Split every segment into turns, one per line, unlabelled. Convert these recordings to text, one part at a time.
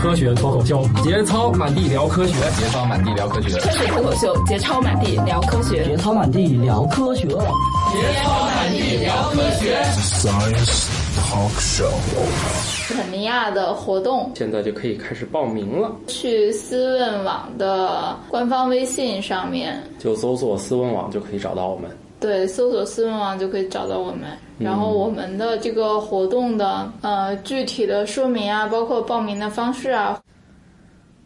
科学脱口秀，节操满地聊科学，
节操满地聊科学，
科学脱口秀，节操满地聊科学，
节操满地聊科学，节
操满地聊科学。
Science Talk Show。
肯尼亚的活动
现在就可以开始报名了，
去思问网的官方微信上面
就搜索思问网就可以找到我们。
对，搜索“思问网”就可以找到我们。然后我们的这个活动的呃具体的说明啊，包括报名的方式啊。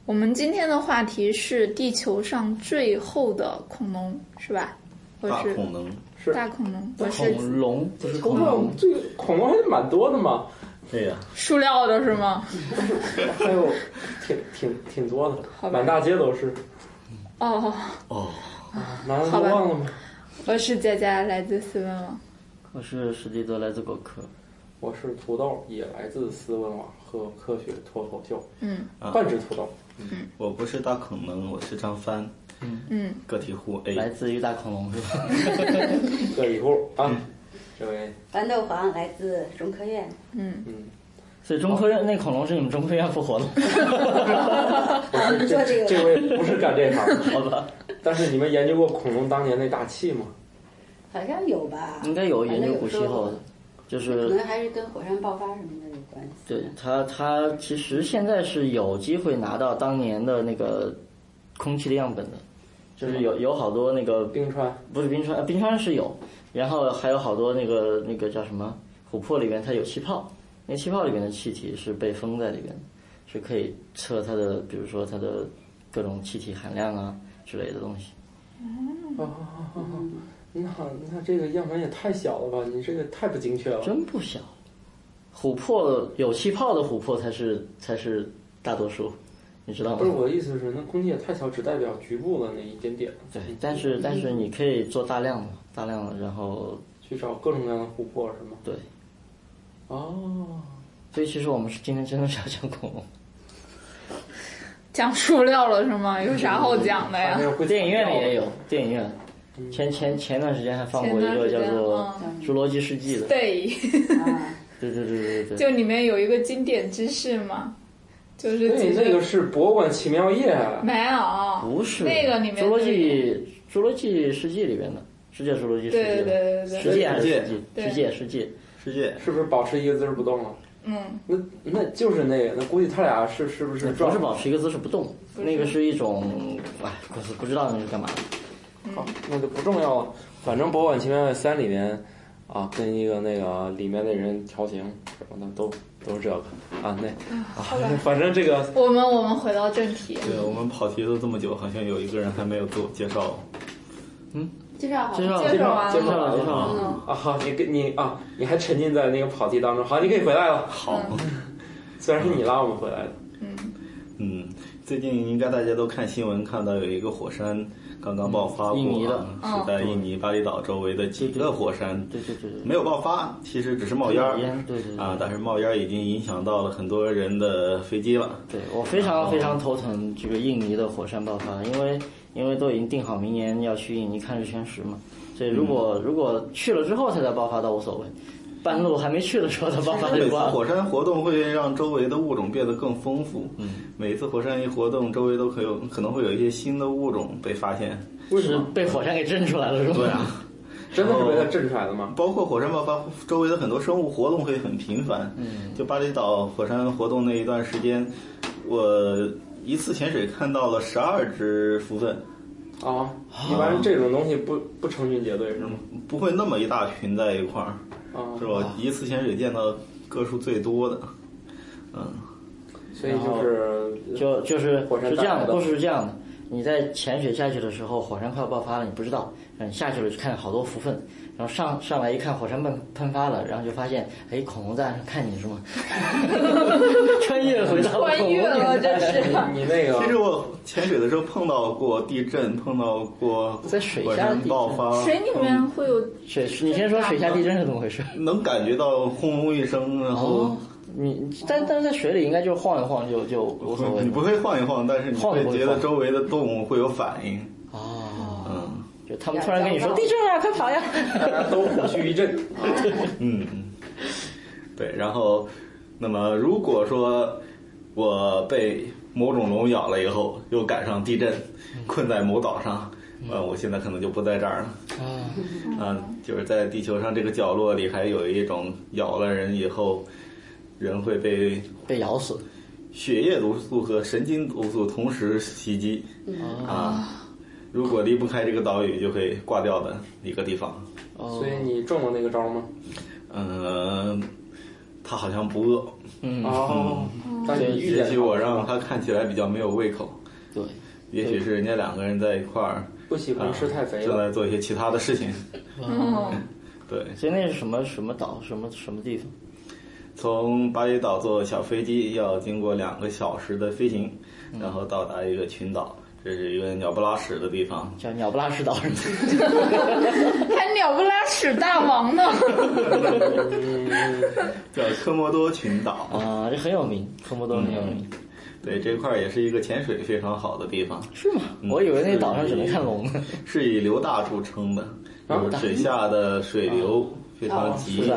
我们今天的话题是地球上最厚的恐龙，是吧？我是
大恐龙，
是大恐龙，我是
恐龙，不是
恐龙，这个恐龙还是蛮多的嘛。
对呀、啊，
塑料的是吗？
还有挺挺挺多的，满大街都是。
哦
哦，
难道忘了吗？
我是佳佳，来自思问网。
我是史蒂德，来自果壳。
我是土豆，也来自思问网和科学脱口秀。
嗯，
啊
半只土豆。
嗯，
我不是大恐龙，我是张帆。
嗯嗯，
个体户 A，
来自于大恐龙是吧？
个体户啊，
嗯
这位。
豌豆黄来自中科院。
嗯
嗯，
所以中科院那恐龙是你们中科院复活的。
啊
我们做这个，
这位不是干这行，
好吧？
但是你们研究过恐龙当年那大气吗？
好像有吧，
应该有研究古气候的，就是
可能还是跟火山爆发什么的有关系。
对它，它其实现在是有机会拿到当年的那个空气的样本的，就是有有好多那个
冰川，
不是冰川，呃冰川是有，然后还有好多那个那个叫什么琥珀里面它有气泡，那气泡里面的气体是被封在里边的，是可以测它的，比如说它的各种气体含量啊之类的东西。
嗯
哦。那那这个样本也太小了吧？你这个太不精确了。
真不小，琥珀有气泡的琥珀才是才是大多数，你知道吗？
不是我的意思是，那空气也太小，只代表局部的那一点点。
对，但是但是你可以做大量的大量的，然后
去找各种各样的琥珀，是吗？
对。
哦，
所以其实我们是今天真的是要讲恐龙。
讲塑料了是吗？有啥好讲的呀？
电影院里也有，电影院。前前前段时间还放过一个叫
哦
做《侏罗纪世纪》的，
嗯对，
对对对对对，
就里面有一个经典知识嘛，就是
对那个是《博物馆奇妙夜》，啊
没有，
不是
那个里面
《侏罗纪侏罗纪世纪》里面的世界侏罗纪世
界，对对对对，
世界还是世界，世界世界
世界，
是不是保持一个姿势不动了？
嗯，
那那就是那个，那估计他俩是是不是
不是保持一个姿势不动？那个是一种，哎，不知道那是干嘛的。
好，那就不重要了。反正《博物馆奇妙夜三》里面，啊，跟一个那个里面的人调情什么的，都都是这个啊。那啊， 反正这个
我们我们回到正题。
对我们跑题了这么久，好像有一个人还没有自我介绍。
嗯，
介绍
介
绍
介
绍
完了，介绍
了，介绍
了啊！好，你跟你啊，你还沉浸在那个跑题当中。好，你可以回来了。嗯
好，
虽然是你拉我们回来的。
嗯
嗯，最近应该大家都看新闻，看到有一个火山。刚刚爆发过，啊
印尼的哦
是在印尼巴厘岛周围的几个火山，
对对对，
没有爆发，其实只是冒烟儿，
对对
啊，但是冒烟儿已经影响到了很多人的飞机了。
对我非常非常头疼这个印尼的火山爆发，因为因为都已经定好明年要去印尼看日全食嘛，所以如果如果去了之后它再爆发倒无所谓，半路还没去的时候它爆发
每
就
次
挂了。
火山活动会让周围的物种变得更丰富，
嗯，
每次火山一活动，周围都可有可能会有一些新的物种被发现。
为什
是
么？
被火山给震出来了是吧？
对啊，
真的是被它震出来的吗？
包括火山爆发，周围的很多生物活动会很频繁。
嗯，
就巴厘岛火山活动那一段时间，我一次潜水看到了十二只蝠鲼，
啊，一般这种东西不不成群结队是吗？
不会那么一大群在一块儿，
啊，
是
哦
我一次潜水见到个数最多的。嗯，
所以就是
就就是
火山
是这样
带来
的，
的
故事是这样的。你在潜水下去的时候，火山快要爆发了，你不知道，然后你下去了就看好多浮粪，然后上上来一看，火山喷喷发了，然后就发现，哎，恐龙在岸上看你是吗？ 穿越回到
穿越了
恐龙年代
这是
你那
哦
其
个
实我潜水的时候碰到过地震，碰到过
在水
火
下
山
地震
爆发，
水哎里面会有
水，你先说水下地震是怎么回事？
能感觉到轰隆一声，然
哦
后。
你但但是在水里应该就是晃一晃就就无所谓
你不会晃一晃，但是你
晃
会
也不会
觉得
晃
周围的动物会有反应。
啊，
嗯
就他们突然跟你说地震了，快跑呀！
大家都虎躯一震，
嗯，对。然后，那么如果说我被某种龙咬了以后，又赶上地震，困在某岛上。呃，我现在可能就不在这儿了。
啊，
嗯，就是在地球上这个角落里，还有一种咬了人以后，人会被
被咬死
血液毒素和神经毒素同时袭击
啊
啊。如果离不开这个岛屿，就会挂掉的一个地方。
哦，
所以你中了那个招吗？
嗯，他好像不饿，
嗯，
哦，但
也
你遇见
也许
他
我让他看起来比较没有胃口，
对，
也许是人家两个人在一块儿，啊
不喜欢吃太肥
正
了，
在做一些其他的事情。 对，
所以那是什么什么岛，什么什么地方？
从巴厘岛坐小飞机要经过两个小时的飞行，
嗯
然后到达一个群岛，这是一个鸟不拉屎的地方。
叫鸟不拉屎岛 是吗？
还鸟不拉屎大王呢。
嗯
叫科莫多群岛。
哦
啊，这很有名，科莫多很有名，
对，这块儿也是一个潜水非常好的地方，
是吗？嗯我以为那岛上只能看龙呢。
是以流大著称的，
啊
就是水下的水流非
哦
常急
是，吧？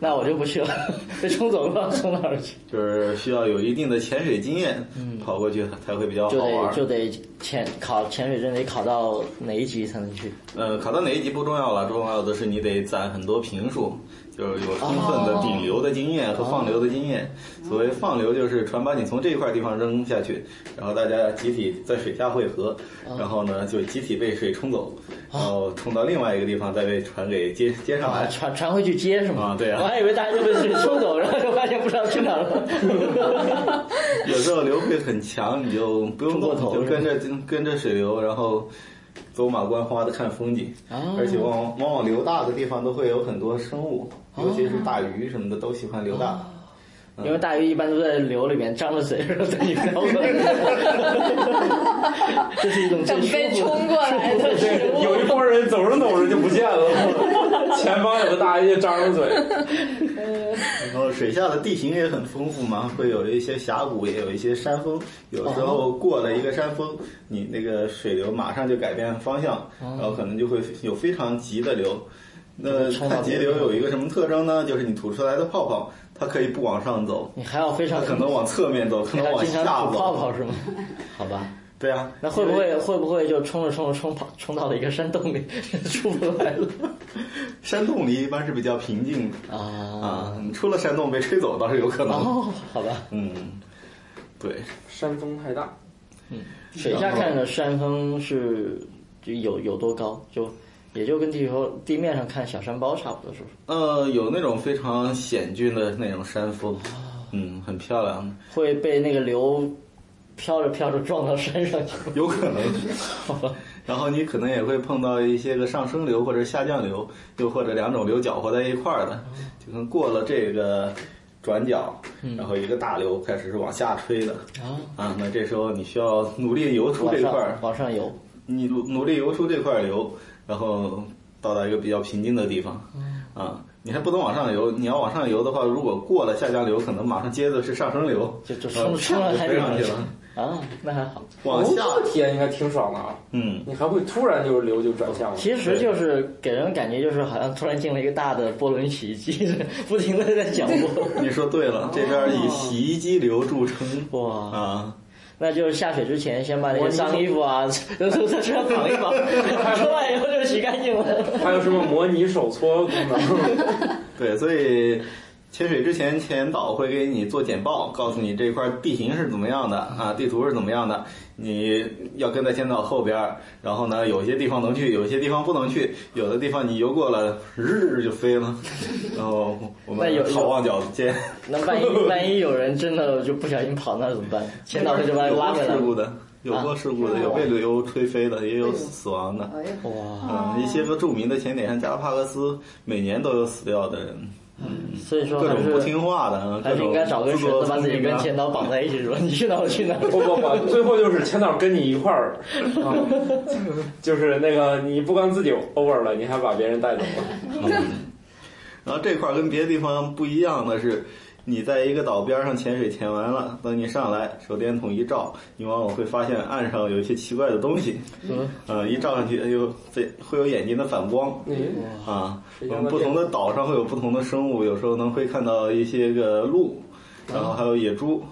那我就不去了， 被冲走了，冲哪儿去？
就是需要有一定的潜水经验，跑过去才会比较好
就得
玩
就。得潜考潜水证得考到哪一级才能去？
呃，考到哪一级不重要了，重要的是你得攒很多评数，就是有充分
哦
的顶流的经验和放流的经验。所谓放流，就是船把你从这块地方扔下去，然后大家集体在水下汇合，
哦
然后呢就集体被水冲走，然后冲到另外一个地方再被船给接接上
啊，
来。
船船回去接是吗？
啊对啊
我还以为大家就被水冲走，然后就发现不知道去哪儿了。
有时候流会很强，你就不用
冲过
动，
头
就是
吧
跟着跟着水流，然后走马观花的看风景。
啊
而且往往往往流大的地方都会有很多生物，尤其是大鱼什么的都喜欢流
哦
大。
因为大鱼一般都在流里面张着嘴，然后在你 飘过来，这是一种最
等
舒
被
服
冲过来的时候，
有一波人走着走着就不见 了，前方有个大爷张着嘴，
然后水下的地形也很丰富嘛，会有一些峡谷，也有一些山峰。有时候过了一个山峰，你那个水流马上就改变方向，
哦
然后可能就会有非常急的流。那
冲到
看急
别
流
的
有一个什么特征呢？就是你吐出来的泡泡，它可以不往上走，
你还要非
它
常
可能往侧面走，可
还
能
要
往
经
下
常吐泡
走。
泡 是吗？好吧，
对啊，
那会不会会不会就冲着冲着冲跑冲到了一个山洞里 出不来了
山洞里一般是比较平静的
啊？
啊，你出了山洞被吹走倒是有可能。
哦，好吧，
嗯，对，
山风太大，
水下看的山峰是就有有多高，就也就跟地球地面上看小山包差不多，是不是？
呃，有那种非常险峻的那种山峰，
哦
嗯，很漂亮的，
会被那个流飘着飘着撞到山上去。
有可 能。然后你可能也会碰到一些个上升流或者下降流，又或者两种流搅和在一块儿
哦
的，就跟过了这个转角，
嗯
然后一个大流开始是往下吹的。
啊，
啊，那这时候你需要努力游出
往
这块儿
上，往上游，
你努努力游出这块流，然后到达一个比较平静的地方，啊，你还不能往上游，你要往上游的话，如果过了下降流，可能马上接着是上升流，
就就
呃
冲冲到海
就
里
飞上去了，
啊，那还好。
往下，
哦这个体验应该挺爽的啊！
嗯，
你还会突然就是流就转向了，
其实就是给人感觉就是好像突然进了一个大的波轮洗衣机，不停的在搅
你说对了，这边以洗衣机流著称，
和。 哇，
啊，
那就是下水之前先把那些脏衣服啊都都在身上绑 一绑，出来以后就洗干净了。
还有什么模拟手搓功 能？
对，所以。潜水之前，前导会给你做简报，告诉你这块地形是怎么样的啊，地图是怎么样的。你要跟在前导后边儿，然后呢，有些地方能去，有些地方不能去，有的地方你游过了，日就飞了。然后我
那有
们好望角见，
那万一万一有人真的就不小心跑那儿怎么办？前导就把你
有
拉
过
回来啊
事。故的，有过事故的，有被旅游吹飞的，也有死亡的。
哎呦，
哇，
嗯，一些个著名的潜点，像加拉帕戈斯，每年都有死掉的人，
所以说
各
还
种
是
不听话的，各
还是
种
应该找根
自
绳
作
子把
聪
自己
明
跟
啊
前导绑在一起，说你去哪儿我去哪 儿。
不不不，最后就是前导跟你一块 儿，啊，就是那个你不光自己 over 了，你还把别人带走了。
然后这块儿跟别的地方不一样的是，你在一个岛边上潜水潜完了，等你上来，手电筒一照，你往往会发现岸上有一些奇怪的东西。
嗯，
呃，一照上去，哎呦，这会有眼睛的反光
你
啊。
谁家的
嗯不同的岛上会有不同的生物，有时候能会看到一些个鹿，然后还有野猪。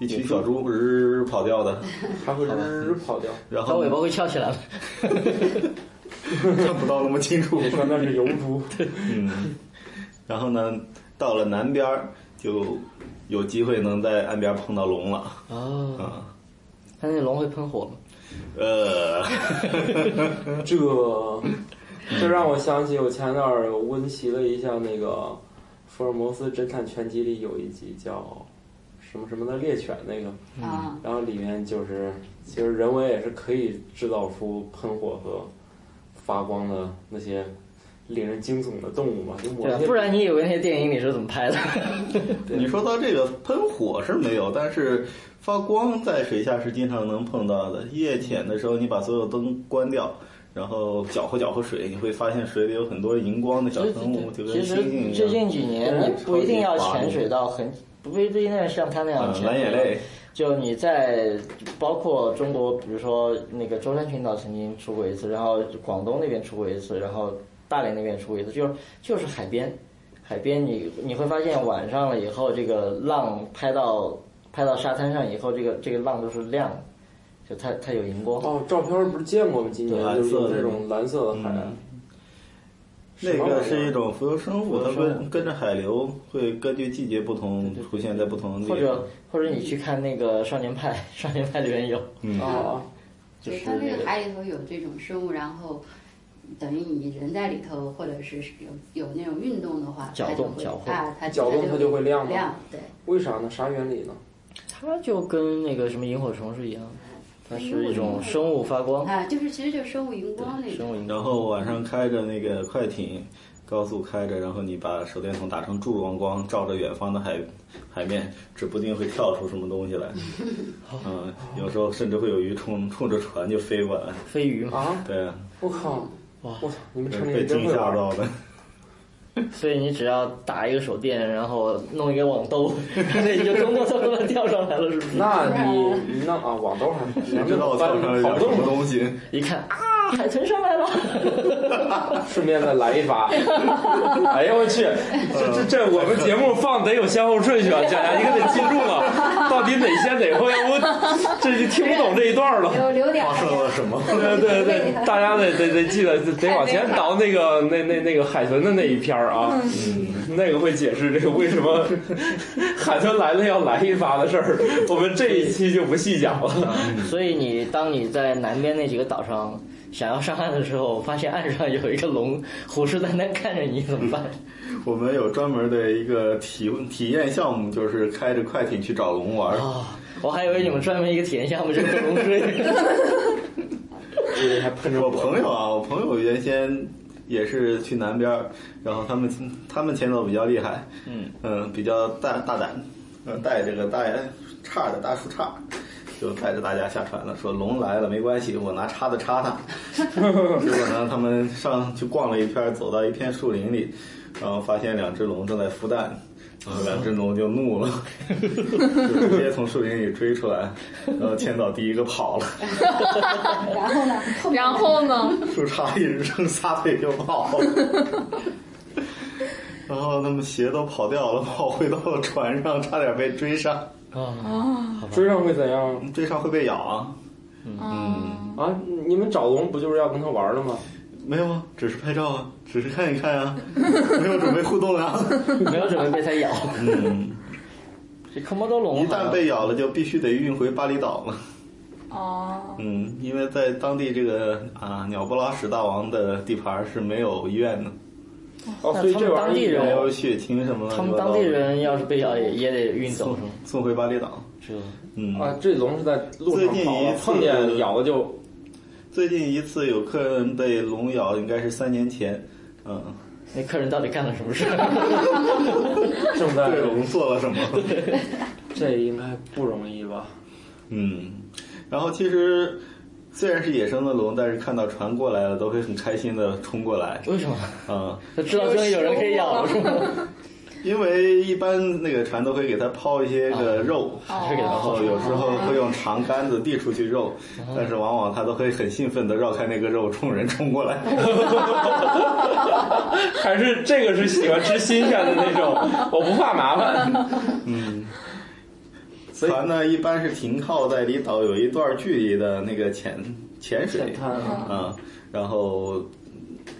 一群小猪日跑掉 的，
还会日跑掉。
然
它
后
尾巴会翘起来了。
看不到那么清楚
别。说那是油猪，
嗯，然后呢，到了南边儿就有机会能在岸边碰到龙了
哦，
啊。
它那龙会喷火吗？
呃，
这这让我想起我前段儿温习了一下那个《福尔摩斯侦探全集》里有一集叫什么什么的猎犬那个，
啊，
然后里面就是其实人为也是可以制造出喷火和发光的那些令人惊悚的动物嘛，就某
对啊
些，
不然你以为那些电影里是怎么 拍的？
你说到这个喷火是没有，但是发光在水下是经常能碰到的。夜潜的时候，你把所有灯关掉。然后搅和搅和水，你会发现水里有很多荧光的小生物，就
其
跟
实
星星一
最
样。
近几年
嗯
你不一定要潜水到很，不一定要像他那样
嗯，
潜
蓝
水
眼泪，
就你在包括中国，比如说那个舟山群岛曾经出过一次，然后广东那边出过一次，然后大连那边出过一次，就是就是海边，海边你你会发现晚上了以后，这个浪拍到拍到沙滩上以后，这个这个浪都是亮的，就它它有荧光。
哦，照片儿不是见过吗？今年
对
就是
蓝色
有
的
这种蓝色的海
嗯
岸，
那
什么玩意
个
儿
是一种浮游生物，它
浮游生
跟
物
跟着海流会根据季节不同出现在不同的
或
地方
者。或者你去看那个少年派， 少年派里面有，
嗯
啊啊，
就
对，
是
它那
那
个
个
海里头有这种生物，然后等于你人在里头，或者是有有那种运动的话，
搅
它就
动
会
搅和
啊，它
搅动它就会亮吗
亮，对，
为啥呢？啥原理呢？
它就跟那个什么萤火虫是一样的，它是一种生物发光，
啊，就是其实就是生物荧光那
生
种，
物荧光。
然后晚上开着那个快艇，高速开着，然后你把手电筒打成柱状光，照着远方的海海面，指不定会跳出什么东西 来。嗯，有时候甚至会有鱼冲冲着船就飞过来。
飞鱼嘛，
啊，
对啊，
我靠，
哇
我操，你们城里
被
人真
惊
会
吓
玩儿，
到的。
所以你只要打一个手电，然后弄一个网兜， 那你就咚咚咚咚跳上来了，是不是？
那你那啊，网兜还
谁知 道我跳上
好
有什么
动，
东西？
一看啊，海豚上来了，
顺便再来一发。哎呦我去，
嗯
这这这，我们节目放得有先后顺序啊，佳佳，你可得记住了，到底哪先哪后，我这就听不懂这一段了。
留留点儿
发生了什么？
对 对对，大家得得得记得得往前倒那个那那那个海豚的那一篇儿啊，
嗯
那个会解释这个为什么 海豚来了要来一发的事儿，我们这一期就不细讲了。
所以你当你在南边那几个岛上想要上岸的时候，发现岸上有一个龙虎视眈眈看着你，怎么办？
我们有专门的一个体体验项目，就是开着快艇去找龙玩儿。
哦，我还以为你们专门一个体验项目 就是喝龙水，
因为还喷着
我
我
朋友啊，我朋友原先也是去南边儿，然后他们他们前走比较厉害，
嗯
嗯，比较大大胆，嗯，带这个大叉的大树叉，就带着大家下船了，说龙来了没关系，我拿叉子插它。结果呢，他们上去逛了一圈，走到一片树林里，然后发现两只龙正在孵蛋。然后两只龙就怒了， 就直接从树林里追出来，然后千岛第一个跑了，
然后呢，后面
然后呢？
树杈一扔，撒腿就跑了。然后他们鞋都跑掉了，跑回到船上，差点被追上。
啊
追上会怎样
追上会被咬啊？
哦
嗯
啊？你们找龙不就是要跟他玩的吗？
没有啊，只是拍照啊，只是看一看啊，没有准备互动啊。
没有准备被它咬。
嗯，
这科摩多龙啊
一旦被咬了，就必须得运回巴厘岛了。
哦，
嗯，因为在当地这个啊鸟不拉屎大王的地盘是没有医院的，
哦，所以这
那他
玩
们当地
意
人
儿
没有血清什么的。
他们当地人要是被咬也也得运走是吗？
送回巴厘岛。
这
嗯
哦
啊，这龙是在路
最
上
近
跑
一
的，
次
碰见咬了就
最近一次有客人被龙咬，应该是三年前。嗯，
那客人到底干了什么事？
正在
对龙做了什么？
这应该不容易吧？
嗯，然后其实虽然是野生的龙，但是看到船过来了，都会很开心的冲过来。
为什么？
嗯，
他知道终于有人可以咬了是吗？
因为一般那个船都会给它抛一些个肉，
还是给他
然
抛
后
出来
有时候会用长杆子递出去肉，但是往往它都会很兴奋的绕开那个肉，冲人冲过 来。
还是这个是喜欢吃新鲜的那种，我不怕麻烦。所以
船呢一般是停靠在离岛有一段距离的那个浅浅水
浅滩啊
啊，然后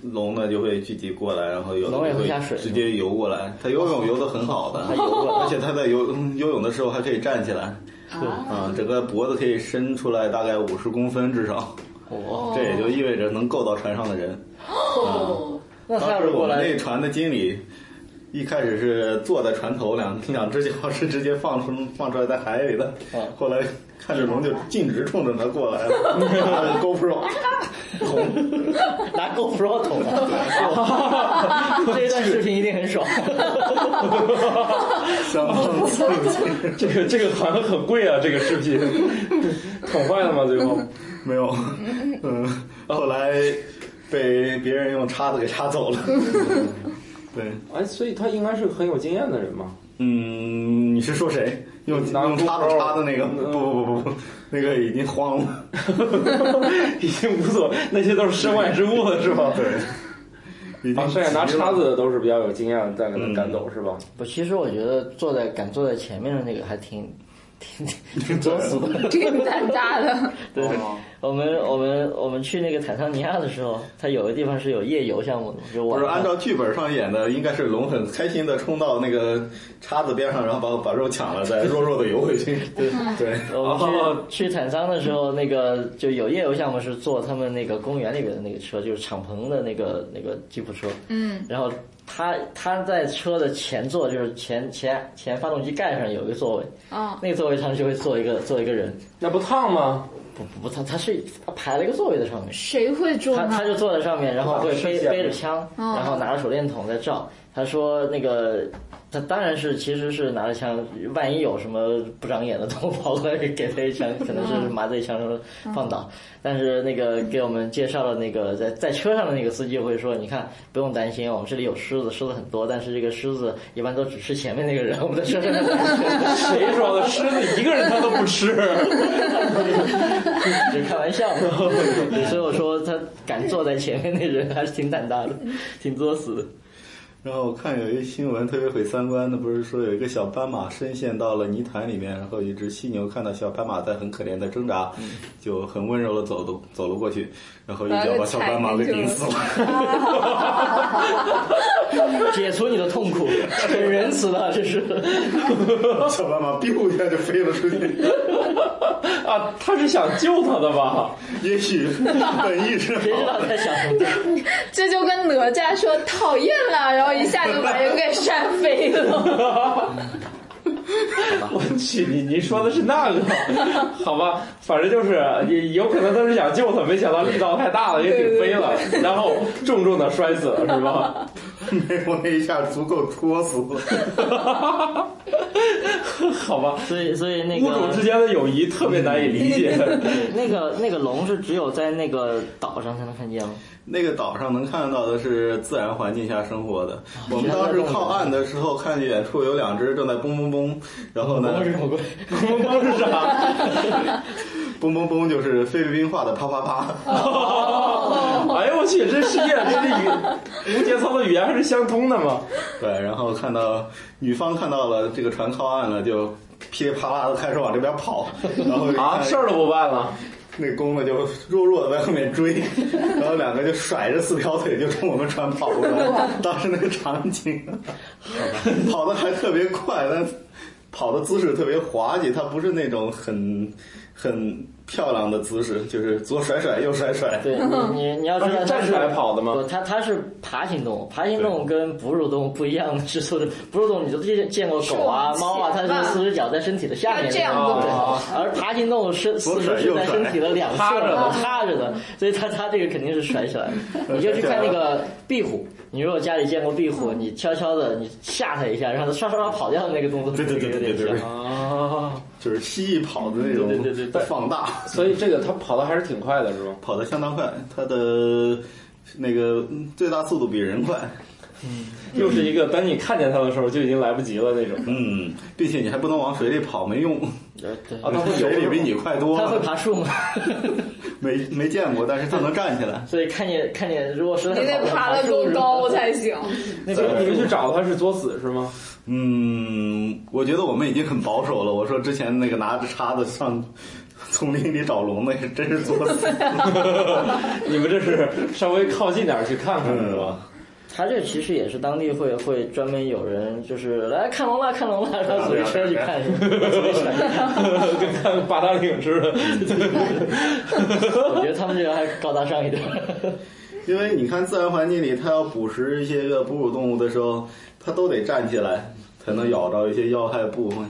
龙呢就会聚集过来，然后有的
龙也
就
会
会
下水哦
直接游过来。它游泳游得很好的，
它游过来
而且它在游嗯游泳的时候还可以站起来
啊，
啊，整个脖子可以伸出来大概五十公分至少，
哦，
这也就意味着能够到船上的人。
那他
当
要
时
是
我
过
们
来，
那船的经理一开始是坐在船头，两两只脚是直接放出放出来在海里的
啊
嗯，
后来看着龙就径直冲着他过来了，拿着 GoPro 捅，
拿 GoPro 捅 他，这一段视频一定很爽。
相当刺激。
这个这个好像很贵啊，这个视频捅坏了吗？最后
没有，嗯，后来被别人用叉子给叉走 了。对，
哎，所以他应该是很有经验的人嘛。
嗯，你是说谁？用
拿
用叉子
GoPro
叉的那个？
嗯
不不不不不，那个已经慌了。
已经无所，那些都是身外之物了，是吧？对。
已
啊，
经
剩下拿
急了
叉子的都是比较有经验，再给他赶走是吧？
不，其实我觉得坐在敢坐在前面的那个还挺挺挺作死的。
挺胆大的。
对，
嗯
我们我们我们去那个坦桑尼亚的时候，它有的地方是有夜游项目的，就
不
晚
是
上
按照剧本上演的，应该是龙很开心的冲到那个叉子边上，然后把把肉抢了，再弱弱的游 回去。对对，
我们去、
哦
去坦桑的时候，那个就有夜游项目是坐他们那个公园里边的那个车，就是敞篷的那个那个吉普车。嗯，然后他他在车的前座，就是前前前发动机盖上有一个座位，
啊、
那个座位上就会坐一个坐一个人，
那不烫吗？
不不不，他他是他排了一个座位在上面。
谁会做
他
呢
他？就坐在上面，然后会
是
背
这样
背着枪，
嗯
然后拿着手电筒在照。他说那个，他当然是其实是拿着枪，万一有什么不长眼的动物跑过来给他一枪，可能是麻醉枪什么放倒。但是那个给我们介绍的那个在在车上的那个司机会说，你看不用担心，我们这里有狮子，狮子很多，但是这个狮子一般都只吃前面那个人，我们在车上。
谁说的？狮子一个人他都不吃。
只是开玩笑嘛。对所以我说他敢坐在前面那人还是挺胆大的，挺作死的。
然后我看有一个新闻特别毁三观的，不是说有一个小斑马深陷到了泥潭里面，然后一只犀牛看到小斑马在很可怜的挣扎，
嗯
就很温柔的走走走了过去，然后一脚把小斑马给顶死了。
解除你的痛苦，很仁慈的，这 是。
小斑马 biu 一下就飞了出去，
啊，他是想救他的 吧？
也许本意是
谁
好
知道。
的
在想什么？
这就跟哪吒说讨厌了，然后一下就把人给扇飞了。
我去，你你说的是那个？ 好吧，反正就是也有可能他是想救他，没想到力道太大了，给顶飞了，然后重重的摔死了，是吧？
没有那一下足够戳死我。
好吧，
所以，所以那
物种之
个
间的友谊特别难以理解。
那个那个龙是只有在那个岛上才能看见吗？
那个岛上能看到的是自然环境下生活的。我们当时靠岸的时候，看见远处有两只正在嘣嘣嘣，然后呢，
什么鬼？
蒙蒙 是啥？
嘣嘣嘣就是菲律宾话的啪啪啪。
哎呦我去，这世界这这语无节操的语言还是相通的嘛？
对，然后看到女方看到了这个船靠岸了，就噼里啪啦的开始往这边跑，然后
啊，事儿都不办了，
那公的就弱弱的在后面追，然后两个就甩着四条腿就冲我们船跑过来。 当时那个场景，跑的还特别快，但跑的姿势特别滑稽，它不是那种很很漂亮的姿势，就是左甩甩右甩甩。
对
嗯
你，你你要
他
知
是
道它
站
是
起来跑的吗
不，？它它是爬行动物，爬行动物跟哺乳动物不一样的是说的，哺乳动物你都见见过狗啊、
是往前
猫啊，它
吧
是四只脚在身体的下面
要
的，
这样子
对
跑
而爬行动物是四
哦左
肢
甩
是
右
在身体的两侧
趴着的
趴着的，所以它它这个肯定是甩起来的。你就去看那个壁虎，你如果家里见过壁虎，你悄悄的你吓它一下，让它唰唰唰跑掉的那个动作，
对对对对对对
有点像
啊，
就是蜥蜴跑的那种
对对对对
放大，
所以这个他跑的还是挺快的，是吧？
跑得相当快，它的那个嗯最大速度比人快。
又是一个等你看见它的时候就已经来不及了那种。
嗯，并且你还不能往水里跑，没用，
呃，对，
啊它会游
水里比你快多
它会
了。
爬树吗？
没没见过，但是它能站起来。
所以看见看见，如果实在
你得
跑不了
爬得够高才行。
那
所
边
以你们去找它是作死是吗？
嗯，我觉得我们已经很保守了。我说之前那个拿着叉子上丛林里找龙那个，真是作 死。
你们这是稍微靠近点儿去看看是吧？
他这其实也是当地会会专门有人就是来看龙了，看龙了，
啊
然后组一车去看，组一车去看。
跟看八达岭似的。
我觉得他们这个还高大上一点。
因为你看自然环境里，它要捕食一些个哺乳动物的时候，它都得站起来才能咬着一些要害部分。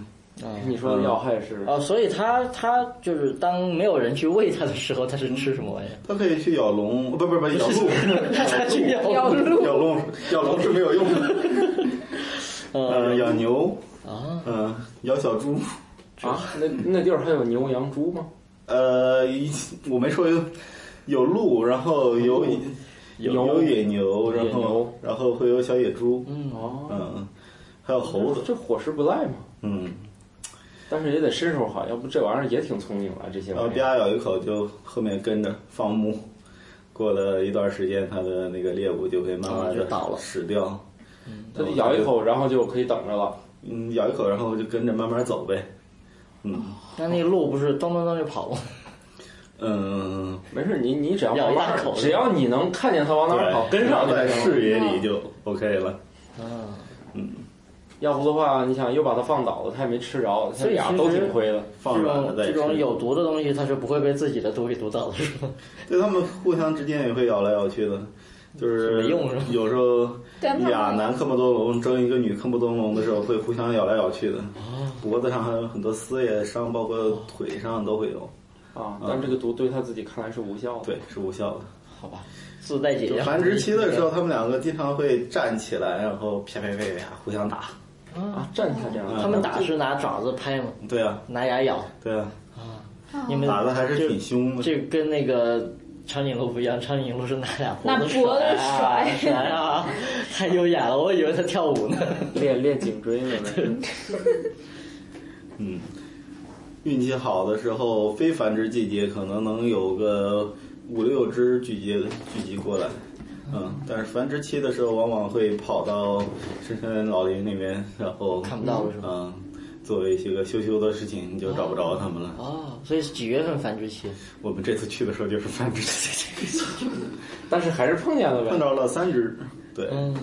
你说的要害是
哦，所以他他就是当没有人去喂它的时候，它是吃什么玩意儿？
它可以去咬龙，不不不， 咬鹿，
它去咬鹿
咬龙，咬龙是没有用 的。呃，咬牛，
啊，
嗯、咬小猪，
啊？那那地儿还有牛羊猪吗？
呃，一我没说有有鹿，然后有
有
有野牛，
野
然后
牛
然后会有小野猪，
嗯，
哦，
嗯，还有猴子，
这伙食不赖嘛。
嗯，
但是也得身手好，要不这玩意儿也挺聪明了。这些
然后
玩意儿
啪咬一口就后面跟着放牧，过了一段时间，它的那个猎物就会慢慢
就
的
倒了
死掉，
它就咬一口，然后就可以等着了。
嗯，咬一口，然后就跟着慢慢走呗，嗯
那那鹿不是咚咚咚就跑吗？
嗯，
没事，你你只要
咬一
往哪
大口
儿，只要你能看见它往哪儿跑，
对
跟上就
在
行了。
视野里就 OK 了，
啊，
要不的话，你想又把它放倒了，它也没吃着，它
所以
俩
其
都
实
挺亏的。
放
这
软了
种
再
这
吃。
种有毒的东西，它是不会被自己的毒给毒到的，是吧？
对他们互相之间也会咬来咬去的，就是
没用是吧
有时候
但他们
俩哎男科目多龙争一个女科目多龙的时候，会互相咬来咬去的，
哦
脖子上还有很多撕裂伤，包括腿上都会有。
啊，但这个毒对他自己看来是无效的。
对，是无效的。
好吧，自带解
就
哎
药。
繁殖期的时候，他们两个经常会站起来，然后啪啪啪啪互相打。
啊，站起来这样，
嗯他们打是拿爪子拍吗？
对啊，
拿牙咬？
对啊，
你们
打的还是挺凶的。
这跟那个长颈鹿不一样，长颈鹿是拿俩
拿
脖子
脖子
啊
甩
甩啊，太优雅了，我以为它跳舞呢。
练练颈椎呢。那是
嗯，运气好的时候，非繁殖季节可能能有个五六只聚集聚集过来。嗯，但是繁殖期的时候，往往会跑到深山老林里面，然后
看不到了是吧
嗯，作为一个羞羞的事情，你就找不着它们了。
哦，所以是几月份繁殖期？
我们这次去的时候就是繁 殖 期，
但是还是碰见了呗。
碰到了三只，对，
嗯，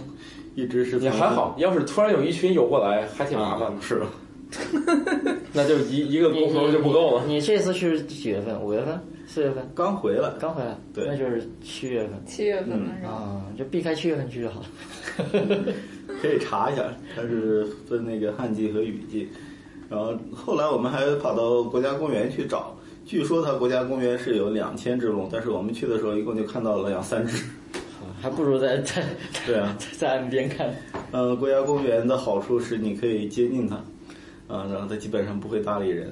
一只是
也
从
还好，要是突然有一群游过来，还挺麻烦的。
是吧？
那就一一个
你
工头就不够了。嗯
你你这次去是几月份？五月份、四月份？
刚回来，
刚回来，
对
那就是七月份
七月份的时候，
啊，就避开七月份去就 好了。
可以查一下，它是分那个旱季和雨季。然后后来我们还跑到国家公园去找，据说它国家公园是有两千只龙，但是我们去的时候一共就看到了两三只。
还不如在 在
对啊，
在岸边看。
嗯，国家公园的好处是你可以接近它，啊，然后它基本上不会搭理人。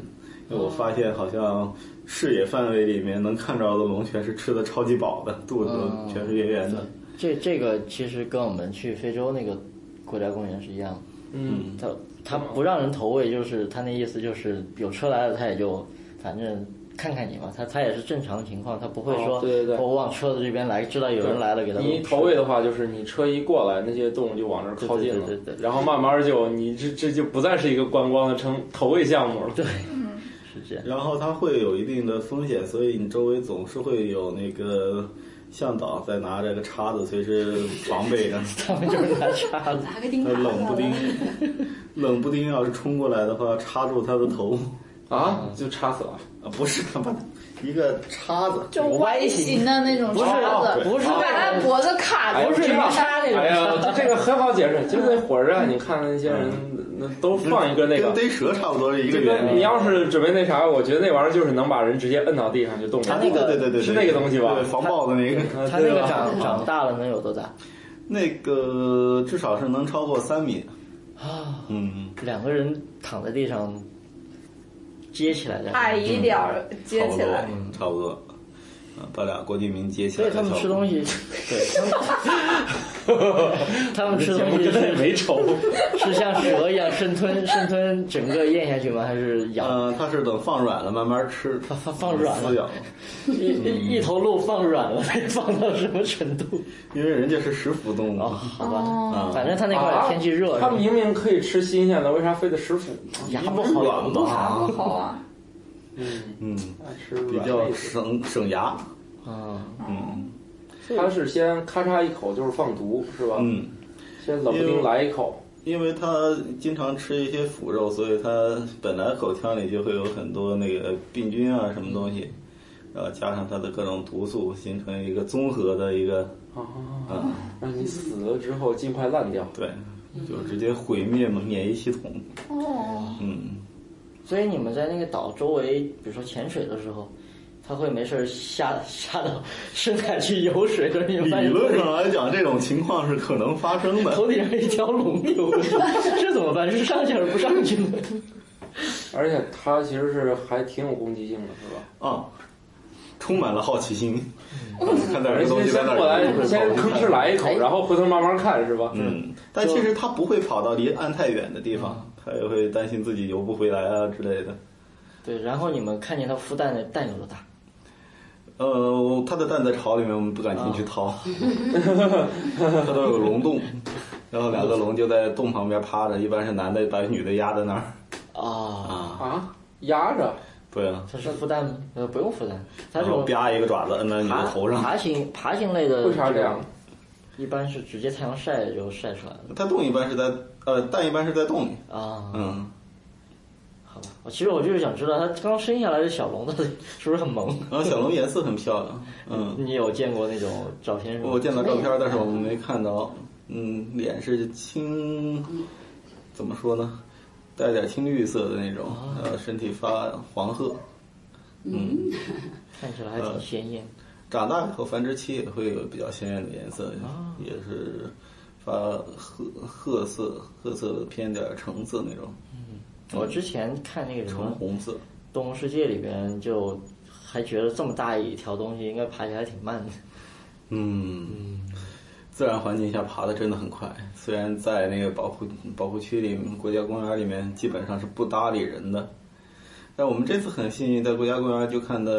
因为我发现好像视野范围里面能看着的龙全是吃的超级饱的，肚子
哦
全是圆圆的。
这这个其实跟我们去非洲那个国家公园是一样的。
嗯，
他他不让人投喂，就是他那意思就是有车来了，他也就反正看看你嘛，他他也是正常情况，他不会说、
哦对对对
我往车子这边来，知道有人来了给他
你一投喂的话，就是你车一过来，那些动物就往这儿靠近了，
对对对对对
然后慢慢就你这这就不再是一个观光的成投喂项目了。
对，是这样。
然后它会有一定的风险，所以你周围总是会有那个向导在拿着个叉子随时防 备着。
他们就是拿叉子，
拿个钉
那
子，
冷不丁，冷不丁要是冲过来的话，插住他的头
啊，就插死了。
啊，不是他把一个叉子，
就歪形的那种
不是
叉子，
不是
把他脖子卡
哎
住，
不是
直
吧
插那
哎
种。
呀，这个很好解释，就是那火车站，你看那些人那都放一个那
跟
个。
逮蛇差不多是一个
嗯这
原
你
理。
要是准备那啥，我觉得那玩意儿就是能把人直接摁到地上就动不了。
他那个
啊对对对对，
是那个东西吧
对，防爆的那个，
啊
他那
对
个
吧
长长大了能有多大
那个至少是能超过三米。
啊？
嗯，
两个人躺在地上接起来的，
矮一点儿接起来，
嗯差不多，差不多。啊，把俩郭敬明接起
所
来
以他
的效果。
们吃东 西，对他们，他 们吃
节
东
目
西
跟他也
是
没仇。
是像蛇一样生吞生吞整个咽下去吗？还是咬？
嗯，他是等放软了慢慢吃，
放放放软了
撕咬，
一一一头鹿放软了，放到什么程度？
因为人家是食腐动物
哦，。好吧
哦，
反正他那块儿天气
啊
热，
啊他明明可以吃新鲜的，为啥非得吃腐？
牙
一
不
般
好
软
有啥
吧
不，好啊？
嗯，
嗯，
爱吃软
比
的
较省省牙，
啊，
嗯
他是先咔嚓一口就是放毒是吧？
嗯，
先冷不丁来一口，
因为他经常吃一些腐肉，所以他本来口腔里就会有很多那个病菌啊什么东西，然后加上他的各种毒素，形成一个综合的一个，
啊，
嗯，
让你死了之后尽快烂掉。
对，就直接毁灭免疫系统，
哦，
嗯。
所以你们在那个岛周围，比如说潜水的时候，他会没事儿下下到深海去游水，可是你们发
理
现
论上来讲，这种情况是可能发生的。
头顶上一条龙游过去，这怎么办？是上去还是不上去呢？
而且它其实是还挺有攻击性的，是吧？
啊，充满了好奇心， 看到这东西在
先
那
过来，
儿，
先吭哧来一口
哎，
然后回头慢慢看，是吧？
嗯，但其实它不会跑到离岸太远的地方，
嗯
它也会担心自己游不回来啊之类的。
对，然后你们看见他孵蛋的蛋有多大？
呃，它的蛋在巢里面，我们不敢进
啊
去掏， 它都有龙洞，然后两个龙就在洞旁边趴着，一般是男的把女的压在那儿
啊，
啊，
啊，压着，
对啊，
它是孵蛋吗？呃，不用孵蛋，它
然
这
后
种
啪一个爪子摁在你
爬
的头上，
爬行爬行类的，
为啥这样？？
一般是直接太阳晒就晒出来了
它洞一般是在呃蛋一般是在洞里，
啊。
嗯。
好吧，我其实我就是想知道，它刚生下来的小龙到底是不是很萌？
然后小龙颜色很漂亮，嗯，
你有见过那种照片是吗？
我见到照片，但是我们没看到。嗯，脸是青，怎么说呢？带点青绿色的那种，呃，身体发黄褐。嗯，
看起来还挺鲜艳。
长大以后繁殖期也会有比较鲜艳的颜色，也是发褐褐色，褐色偏点橙色那种，嗯
我之前看那个什
橙
么《
红色。
动物世界》里边，就还觉得这么大一条东西应该爬起来挺慢的。
嗯，自然环境下爬的真的很快。虽然在那个保护保护区里、国家公园里面基本上是不搭理人的，但我们这次很幸运，在国家公园就看到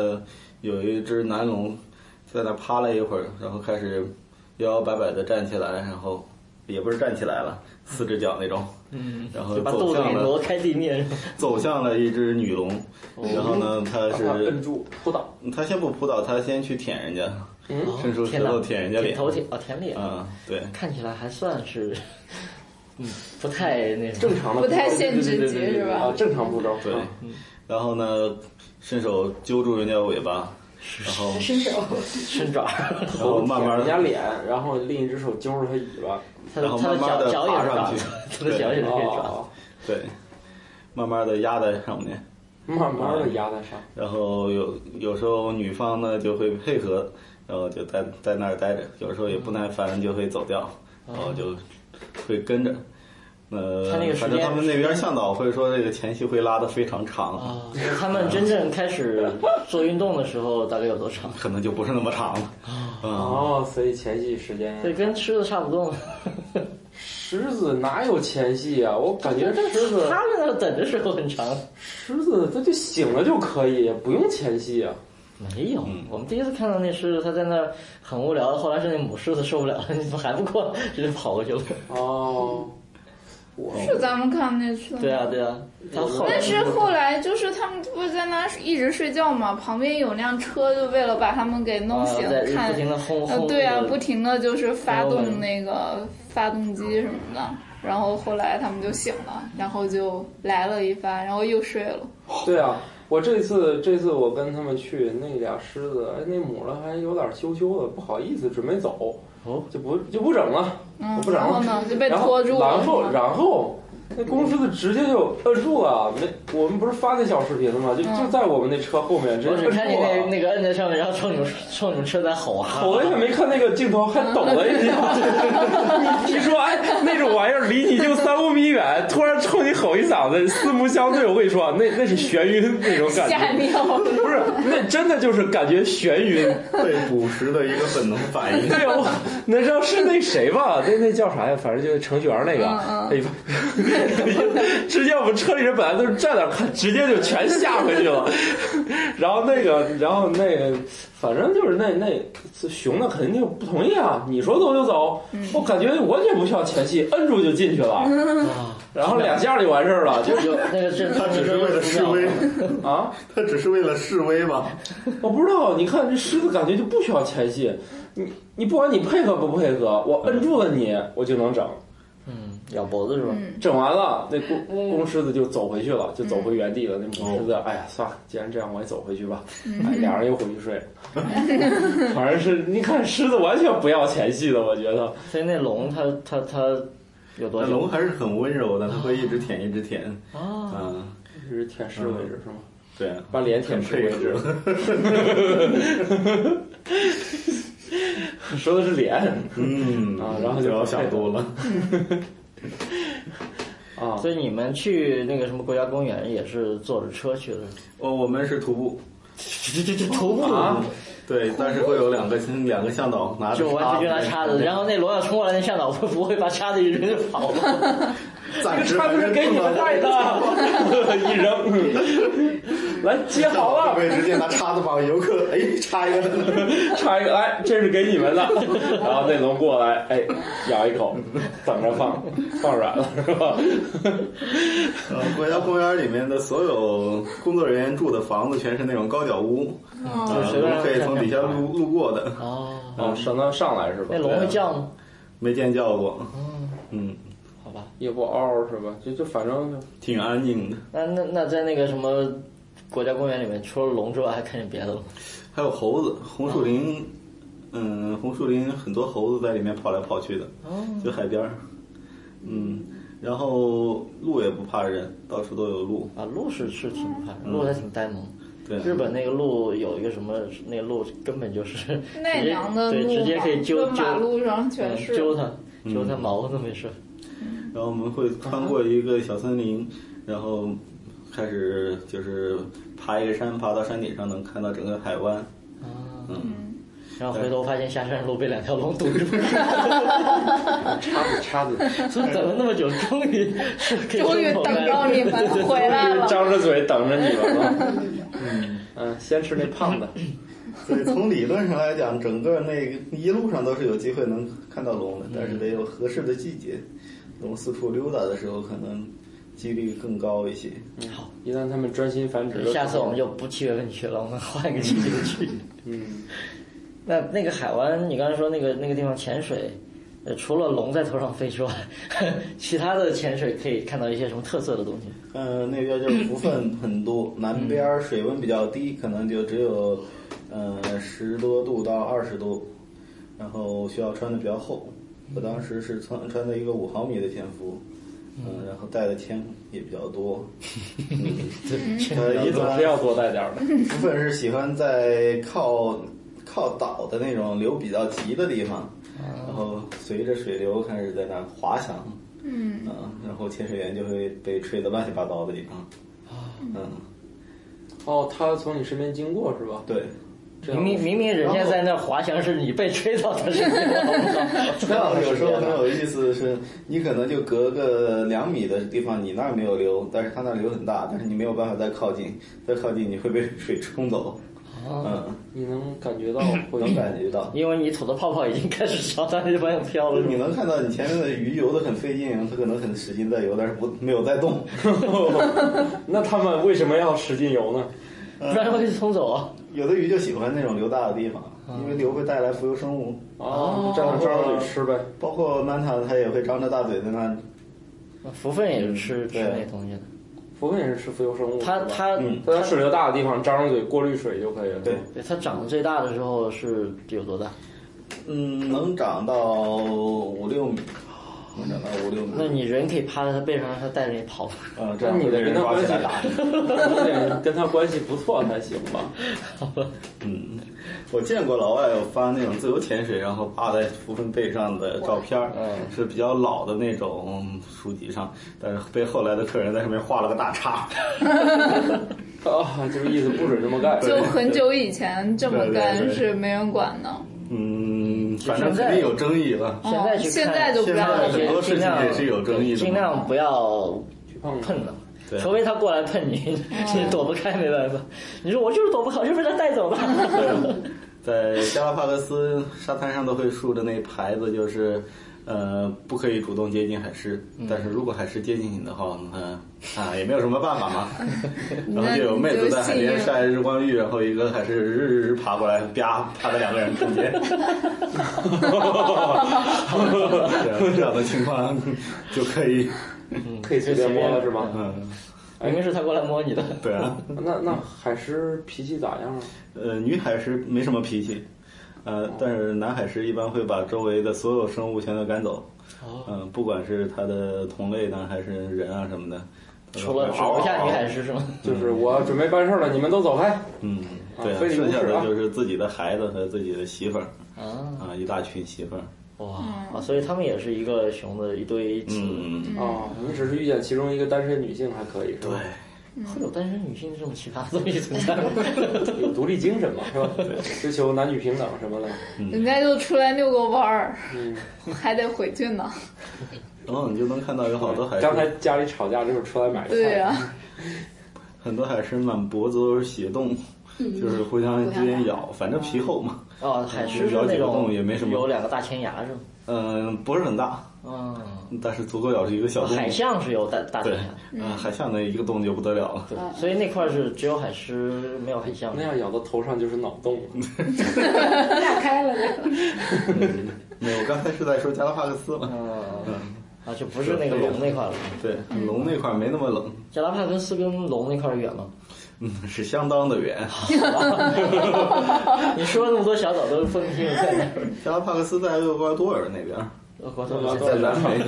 有一只南龙在那趴了一会儿，然后开始摇摇摆摆的站起来，然后也不是站起来了，四只脚那种，
嗯，
然后
就把
哦走
肚子
向
给挪哦
了
开地面。
走向了一只女龙，然后呢， 它
把
是
它摁住，扑倒。
它先不扑倒，它先去舔人家，
嗯，
伸出
哦天
舌
哪
头舔人家
舔
脸，
头舔哦舔脸，
啊，对。
看起来还算是，嗯，不太那什
正
么。
常的
不
步骤，
太限制
对对对
级
对对
是吧
啊，正常步骤。
对
啊，
然后呢，伸手揪住人家尾巴，然后
伸手，
伸爪，
然后
头
慢慢
人家
地，
脸，然后另一只手揪着它尾巴。
它的
然后
它的
慢慢
脚
地
脚也
爬
是爪
上 去
子，它的脚也是可以爪子
哦，
对，慢慢的压在上面。
慢慢的压在上。
然后有有时候女方呢就会配合，然后就在在那儿待着，有时候也不耐烦就会走掉，然后就会跟着。呃
哦他那个，时间
反正他们那边向导会说，这个前戏会拉得非常长，
啊。他们真正开始做运动的时候，大概有多长？
可能就不是那么长了。嗯，
哦，所以前戏时间
对，跟狮子差不多嘛。
狮子哪有前戏啊？我感觉狮子
他们那等的时候很长，
狮子它就醒了就可以，不用前戏啊。
没有。我们第一次看到那狮子，它在那儿很无聊，后来是那母狮子受不了了，你 怎么还不过来，直接跑过去 了。
哦，
是咱们看那次。
对啊，对啊，它后来
但是后来就是他们不是在那一直睡觉嘛，旁边有辆车，就为了把他们给弄
啊
醒，
在
看
不停的
哦
轰
呃
轰。，
对啊，不停的就是发动那个发动机什么的，然后后来他们就醒了，然后就来了一发，然后又睡了。
对啊，我这次这次我跟他们去，那俩狮子，哎，那母的还有点羞羞的，不好意思，准备走，
哦，
就不就不整了，
嗯
我，不整
然后
了。
呢 就被
然后
拖住了。嗯
然后然后那公狮子直接就摁住了，没，我们不是发那小视频了吗？就
嗯
就在我们那车后面，直
我
接
只
摁
看见那
住 了。
那个摁在上面，然后冲你们冲你们车在吼啊，
我也没看那个镜头，还抖了一 下。你说，哎，那种玩意儿离你就三五米远，突 然冲你吼一嗓子，四目相对，我跟你说，那那是眩晕那种感觉。
吓尿了，
不是，那真的就是感觉眩晕。
被捕食的一个本能反 应。
对我那知道是那谁吧？那那叫啥呀？反正就是程序员那个，哎呦，直接我们车里人本来都是站那儿看，直接就全下回去了。然后那个，然后那个，反正就是那那熊的肯定就不同意啊！你说走就走，我感觉我也不需要前戏，摁住就进去了，
啊
然后两下就完事儿了，就
有那个是
他只是为了示
嗯
威，
啊，
他只是为了示威吧？
我不知道。你看这狮子感觉就不需要前戏，你你不管你配合不配合，我摁住了你，我就能整。
嗯，咬脖子是吧？
整完了，那公公狮子就走回去了，就走回原地了。那母狮子，哎呀，算了，既然这样，我也走回去吧。哎，
嗯
俩人又回去睡了。反正是你看，狮子完全不要前戏的，我觉得。
所以那龙它它它有多
但龙
久
还是很温柔的，它会一直舔，一直舔。
啊？
啊，
一直舔舐为止是吗？
对啊，
嗯把脸舔舐为止。 说的是脸
嗯
啊然后就
不要想多了。
啊，
所以你们去那个什么国家公园也是坐着车去的？
哦，我们是徒步，
这这这徒步
啊
对，但是会有两个两个向导拿着
就完全就拿叉子，然后那龙要冲过来，那向导会不 会把叉子一扔就跑了？
这
暂
个
时
叉子是给你们带的， 一扔， 来接好了。
会直接拿叉子把游客哎插一个，
插一个，哎，这是给你 们的。然后那龙过来，哎，咬一口，等着放，放软了是 吧？
呃国家公园里面的所有工作人员住的房子全是那种高脚屋，
就
啊，
随便让
可以
人
从
看
底下
看
路路过的，
哦，
啊，上当上来是吧
那？龙会叫吗？
没见叫
哦
过。嗯，
好吧，
也不嗷啊嗷是吧？就就反正
挺安静的。
那那那在那个什么国家公园里面，除了龙之外，还看见别的了吗？
还有猴子，红树林，嗯，红树林很多猴子在里面跑来跑去的，就海边儿，嗯，然后鹿也不怕人，到处都有鹿，
啊，鹿是是挺怕的，鹿还挺呆萌。
对
嗯日本那个鹿有一个什么，那个鹿根本就是
奈
直接
良的
对，
路
直接可以
嘛
揪
跟马
揪
路上
嗯
全是。
揪它，揪它毛都没事。
然后我们会穿过一个小森林，然后开始就是爬一个山，爬到山顶上能看到整个海湾，
啊，
嗯，
然后回头发现下山路被两条龙堵住，
叉子叉子，
所以等了那么久，终于是可以
终于
出口
等
了
到你们回来 了。
张着嘴等着你们了。 嗯，先吃那胖的，
所以从理论上来讲，整个那个一路上都是有机会能看到龙的，但是得有合适的季节，龙四处溜达的时候可能几率更高一些。
好，
一旦他们专心繁殖，
下次我们就不七月份去了，我们换一个季节 去。
嗯，
那那个海湾，你刚才说那个那个地方潜水，呃，除了龙在头上飞之外， 其他的潜水可以看到一些什么特色的东西？
呃，那边就福分很多，南边儿水温比较低，可能就只有呃十多度到二十度，然后需要穿的比较厚。我当时是穿穿的一个五毫米的潜伏，嗯、然后带的铅也比较多。呃，
你
一
总
般
是要多带点儿的。
福分是喜欢在靠靠岛的那种流比较急的地方，然后随着水流开始在那儿滑翔，嗯、然后潜水员就会被吹得乱七八糟的地方，嗯，
哦，他从你身边经过是吧？
对。
这
明明
样
明明人家在那滑翔，是你被吹到的身边，好不
那
好
有时候很有意思的是，你可能就隔个两米的地方，你那儿没有流，但是他那儿流很大，但是你没有办法再靠近，再靠近你会被水冲走。嗯，
你能感觉到 会
能感觉到，
因为你吐的泡泡已经开始朝他那方向飘了，
你能看到你前面的鱼游得很费劲，它可能很使劲在游，但是不没有在动。
那他们为什么要使劲游呢？
不
嗯
然会冲走啊。
有的鱼就喜欢那种流大的地方，
啊
因为流会带来浮游生物，
哦，就站那张着嘴吃呗。
包括曼塔它也会张着大嘴在那
福分也是吃吃
对
那东西的，
福分也是吃浮游生物。
它
是吧
它
嗯
在水流大的地方，张着嘴过滤水就可以了。
对
对它长得最大的时候是有多大？
嗯，能长到五六米，能长到五六米。
那你人可以趴在它背上，让它带着你跑。
嗯，这
那
样
你
会被
得跟
人
他
抓
关
起
系
来打。
你得 跟他关系不错才行吧？
好吧，
嗯，我见过老外有发那种自由潜水，然后趴在浮分背上的照片儿，
嗯
是比较老的那种书籍上，但是被后来的客人在上面画了个大叉。
啊，就是意思不准这么干。
就很久以前这么
对对
干
对
是没人管的。
嗯，反正肯定有争议了。
现在去看，
哦现在就不
现
要
在
了
很多事
尽
情
量
也是有争议的，
尽量不要
嗯
碰了。
对
除非他过来碰你，你躲不开没办法。你说我就是躲不开，我就被他带走吧。
在加拉帕戈斯沙滩上都会竖着那牌子，就是呃不可以主动接近海狮，
嗯
但是如果海狮接近你的话，那啊也没有什么办 法嘛。然后就有妹子在海边晒日光浴，然后一个海狮日日日爬过来，啪趴在两个人 中间。 对这样的情况就可以，
可以随便摸了是吗？
嗯，
明啊明是他过来摸你的，
对啊。
那那海狮脾气咋样啊？
呃，女海狮没什么脾气，呃，但是男海狮一般会把周围的所有生物全都赶走，嗯、不管是它的同类呢，还是人啊什么的，它都
除了
会
只留下女海，狮是吗？
就是我准备办事儿了，你们都走开。
嗯，对、
啊非礼勿
剩下
视
的
啊
就是自己的孩子和自己的媳妇儿
啊，
啊、一大群媳妇儿，
哇啊！所以他们也是一个熊的一堆雌。
嗯，
啊，你只是遇见其中一个单身女性还可以，是吧？
对，
会有单身女性这么奇葩的东西存 在吗？
有独立精神嘛，是吧？追求男女平等什么的。
人家就出来遛个弯儿，
嗯
还得回去 呢。
然后你就能看到有好多海
刚才
狮，
家里吵架就是出来买菜。
对啊呀、
很多海狮满脖子都是血洞，就是互相之间咬，反正皮厚嘛，
哦，海狮是
了
那
解动
种
物也没什么
有两个大前牙是吗？
嗯、不是很大，
嗯，
但是足够咬住一个小洞。
哦海象是有大大前
对
牙，，
啊，海象那一个洞就不得了了。
对，所以那块是只有海狮没有海象
那。样咬到头上就是脑 洞，
炸开了就。
没有，我刚才是在说加拉帕戈斯嘛。
嗯，啊，就不是那个龙那块了。
对，
嗯
龙那块没那么冷，
加拉帕戈斯跟龙那块儿远吗？
嗯，是相当的远。
你说那么多小岛都是分不清 在哪儿。
加拉帕戈斯在厄瓜多尔那边，
我靠，这么
在南美。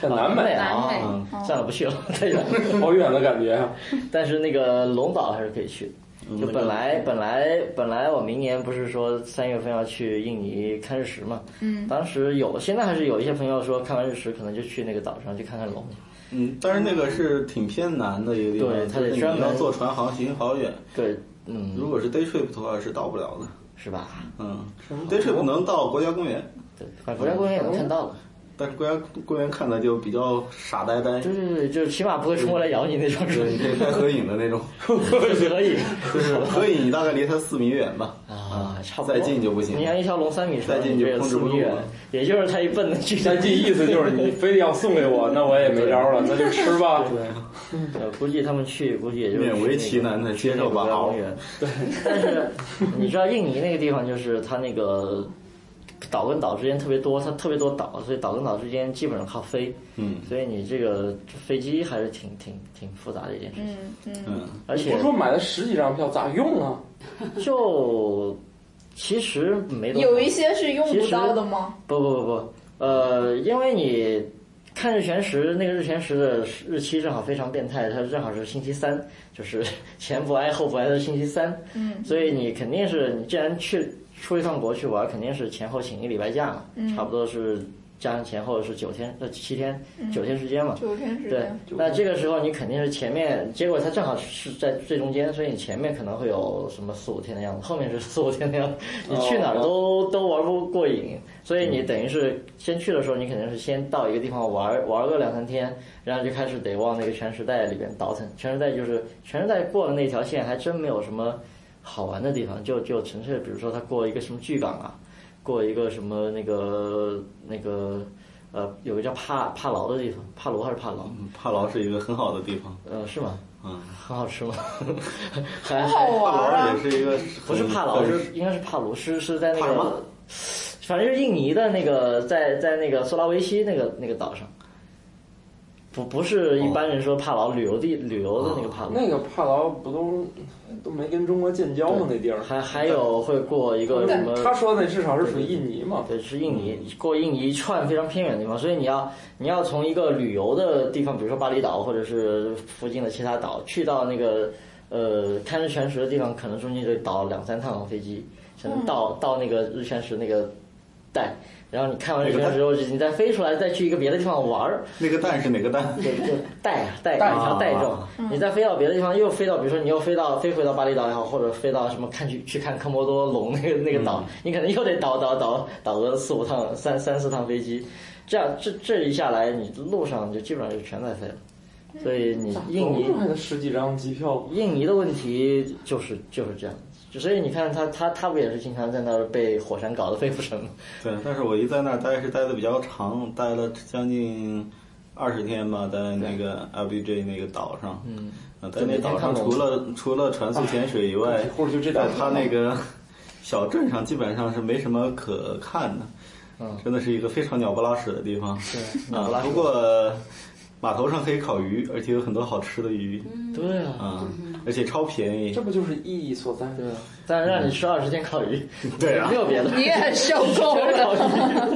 在南美哦
啊，嗯算了，不去了，太远 了。
好远的感觉啊。
但是那个龙岛还是可以去的。就本来本来本来我明年不是说三月份要去印尼看日食嘛，嗯，当时有现在还是有一些朋友说看完日食可能就去那个岛上去看看龙，
嗯，但是那个是挺偏南的一个地方，
对它得
就是
专
你
门
要坐船航行好远。
对，嗯，
如果是 day trip 的话是到不了的。
是吧？
嗯，day trip 能到国家公园，
对，反正国家公园也能看到了，
但是国家公园看的就比较傻呆呆，
对对对，就是起码不会冲过来咬你那种，是吧
对，可以拍合影的 那种。
可以，
就是合影，你大概离它四米远吧。
啊，差不多。
再近就不行
你看一条龙三米长，
再近就
这也
控制不
四米
住
远
了
也就是它一蹦的距
但
离。
这意思就是你非得要送 给我，那我也没招了，那就吃吧。
呃，估计他们去，估计也就是
勉为其难地接受吧
去那个国家公园。对，但是你知道印尼那个地方，就是它那个岛跟岛之间特别多，它特别多岛，所以岛跟岛之间基本上靠飞。
嗯
所以你这个飞机还是挺挺挺复杂的一件事情，
嗯，
而
你
且
不是说买了十几张票咋用啊？
就其实没
嗯
多少
嗯有一些是用不到的吗？
不不不不，呃，因为你看日全食，那个日全食的日期正好非常变态，它正好是星期三，就是 前不挨后不挨的星期三。嗯，所以你肯定是你既然去出一趟国去玩，肯定是前后请一礼拜假嘛，差不多是加上前后是九天呃七天九天时间嘛。
九天时
对
间，，
那这个时候你肯定是前面，结果它正好是在最中间，所以你前面可能会有什么四五天的样子，后面是四五天的样子，你去哪儿都、都玩不过瘾，所以你等于是先去的时候，你肯定是先到一个地方玩玩个两三天，然后就开始得往那个全时代里边倒腾，全时代就是全时代过了那条线，还真没有什么好玩的地方，就就纯粹比如说它过一个什么巨港啊，过一个什么那个那个。呃，有个叫帕帕劳的地方，帕罗还是帕劳？
帕劳是一个很好的地方，
呃，是吗？
嗯，
很好 吃吗？还
好
帕
玩啊
劳也是一个
不是
很
帕劳，
很
是应该是帕卢，是是在那
帕什么
个，反正是印尼的那个，在在那个苏拉维西那个那个岛上，不不是一般人说帕劳旅游地旅游的那个帕
哦
劳，
那个帕劳不都都没跟中国建交吗？那地儿，
还还有会过一个什么？
他说那至少是属于印尼嘛。
对，是印尼过印尼一串非常偏远的地方，所以你要你要从一个旅游的地方，比如说巴厘岛或者是附近的其他岛，去到那个呃看日全食的地方，可能中间得倒两三趟飞机，才能到、到那个日全食那个带，然后你看完这个之后，就你再飞出来，再去一个别的地方玩儿，
那个蛋是哪 个蛋？
就就带啊带，
带
一条带状
啊。
你再飞到别的地方，又飞到，比如说你又飞到飞回到巴厘岛也好，或者飞到什么看去去看科摩多龙那个那个
嗯
岛，你可能又得倒倒倒倒个四五趟、三三四趟飞机，这样这这一下来，你路上就基本上就全在飞了。所以
嗯
你印尼
还得十几张机票，
印尼的问题就是就是这样，就所以你看他他他不也是经常在那儿被火山搞得肺不成吗？
对，但是我一在那儿待是待的比较长，待了将近二十天吧，在那个 LBJ 那个岛上。嗯，在那岛上除了除了船速潜水以外，
或者就这
在
点
它那个小镇上基本上是没什么可看的。
嗯
真的是一个非常鸟不拉屎的地方。是
鸟不拉
啊，
屎
不过码头上可以烤鱼，而且有很多好吃的鱼。
对啊，
啊，而且超便宜
这。不就是意义所在？对
但让你吃二十天烤鱼，
对啊
没有别的，
你也受够了。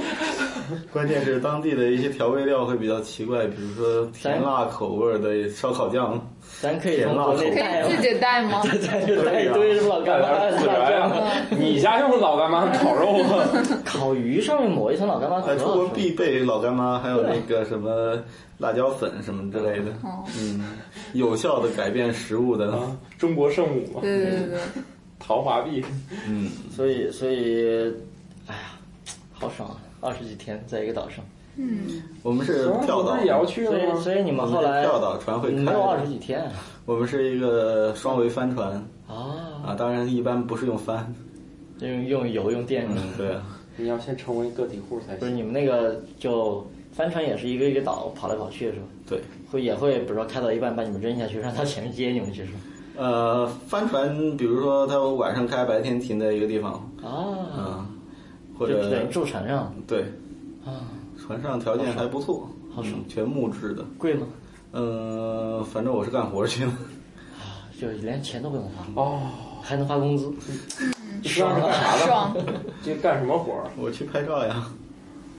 关键是当地的一些调味料会比较奇怪，比如说甜辣口味的烧烤酱。
咱可以从国内
可
带
以自
嘛，
己带吗？
咱就带一堆老干妈、
自
辣
然
酱、
啊！你家又是老干妈烤肉啊？
烤鱼上面抹一层老干妈可
在哎出国
好吃
必
了。
备老干妈，还有那个什么辣椒粉什么之类的，嗯，有效的改变食物的，
啊中国圣母 嘛，
对对对，
陶华碧。
嗯，
所以所以，哎呀，好爽啊！二十几天在一个岛上，
我们是跳
不是，
岛
哦也要去
所
了
以
吗？
所以你们后来
跳岛船会开
没有二十几天啊
我们是一个双桅帆船
啊，
啊，当然一般不是用帆，
用用油用电，
嗯，对啊，
你要先成为个体户才
不是
行。
你们那个就帆船也是一个一个岛跑来跑去是吧？
对，
会也会，比如说开到一半把你们扔下去，让他前面接你们去是吧？
呃，帆船比如说它晚上开，白天停在一个地方，
啊，
啊，或
就等
者
于住船上
对，
啊，
船上条件还不错，
好爽
嗯全木质的，
贵吗？
嗯，反正我是干活去了。
就是连钱都不用花，
哦，
还能发工资，
爽干啥的？
爽。
这干什么活儿？
我去拍 照呀，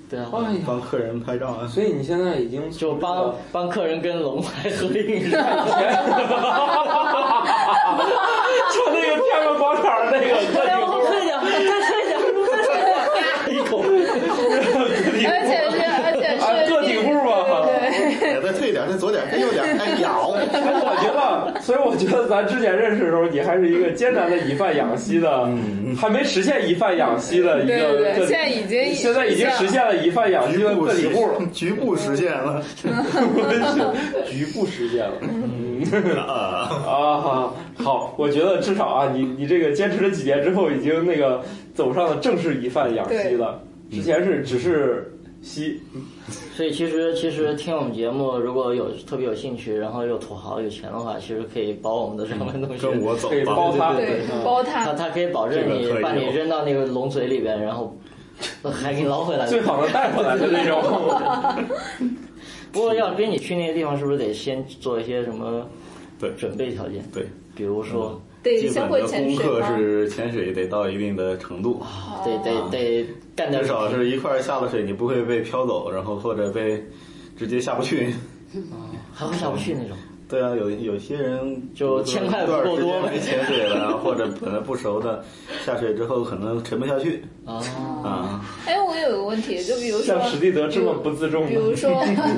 对啊，
哎呀，
帮客人拍照啊。
所以你现在已经
就帮帮客人跟龙还合影是吧，
就那个天安门广场那个个体户，
快点，再快点，再快点，一口，
而且 是而且
啊，
是
个体户嘛。
哎再退一点，再左点，再右点，哎， 咬。
哎，我觉得，所以我觉得咱之前认识的时候，你还是一个艰难的以贩养吸的，还没实现以贩养吸的一
对
个
对
个
对，
体
现在已经
现在已经实现了以贩养吸
局
的
部
个体
实
户了，
局部实 现了。
局部实现了。
啊，
啊，好，我觉得至少啊，你你这个坚持了几年之后，已经那个走上了正式以贩养吸了。之前是只是吸，
所以其实其实听我们节目，如果有特别有兴趣，然后又土豪有钱的话，其实可以包我们的上班同学。
跟我走
可以包
吧。
他，
对包
他
他，
他可以保证
这个
你
可以
把你
有
扔到那个龙嘴里边，然后 还给你捞回来。
嗯最好能带回来的那 种。
不过要跟你去那个地方，是不是得先做一些什么
对
准备条件？
对，
比如说
得
基
先
本
会
的
潜
功
水
课
吗？
是潜水得到一定的程度，
得得得干点
至
什么
少是一块儿下了水，你不会被漂走，然后或者被直接下不去。
还会下不去那种。
对啊，有有些人
就千块不够多
一段时间没潜水了，或者本来不熟的，下水之后可能沉不下去
啊，
啊。
哎，我有个问题，就比如说
像史蒂德这么不自重
比如
的，
说，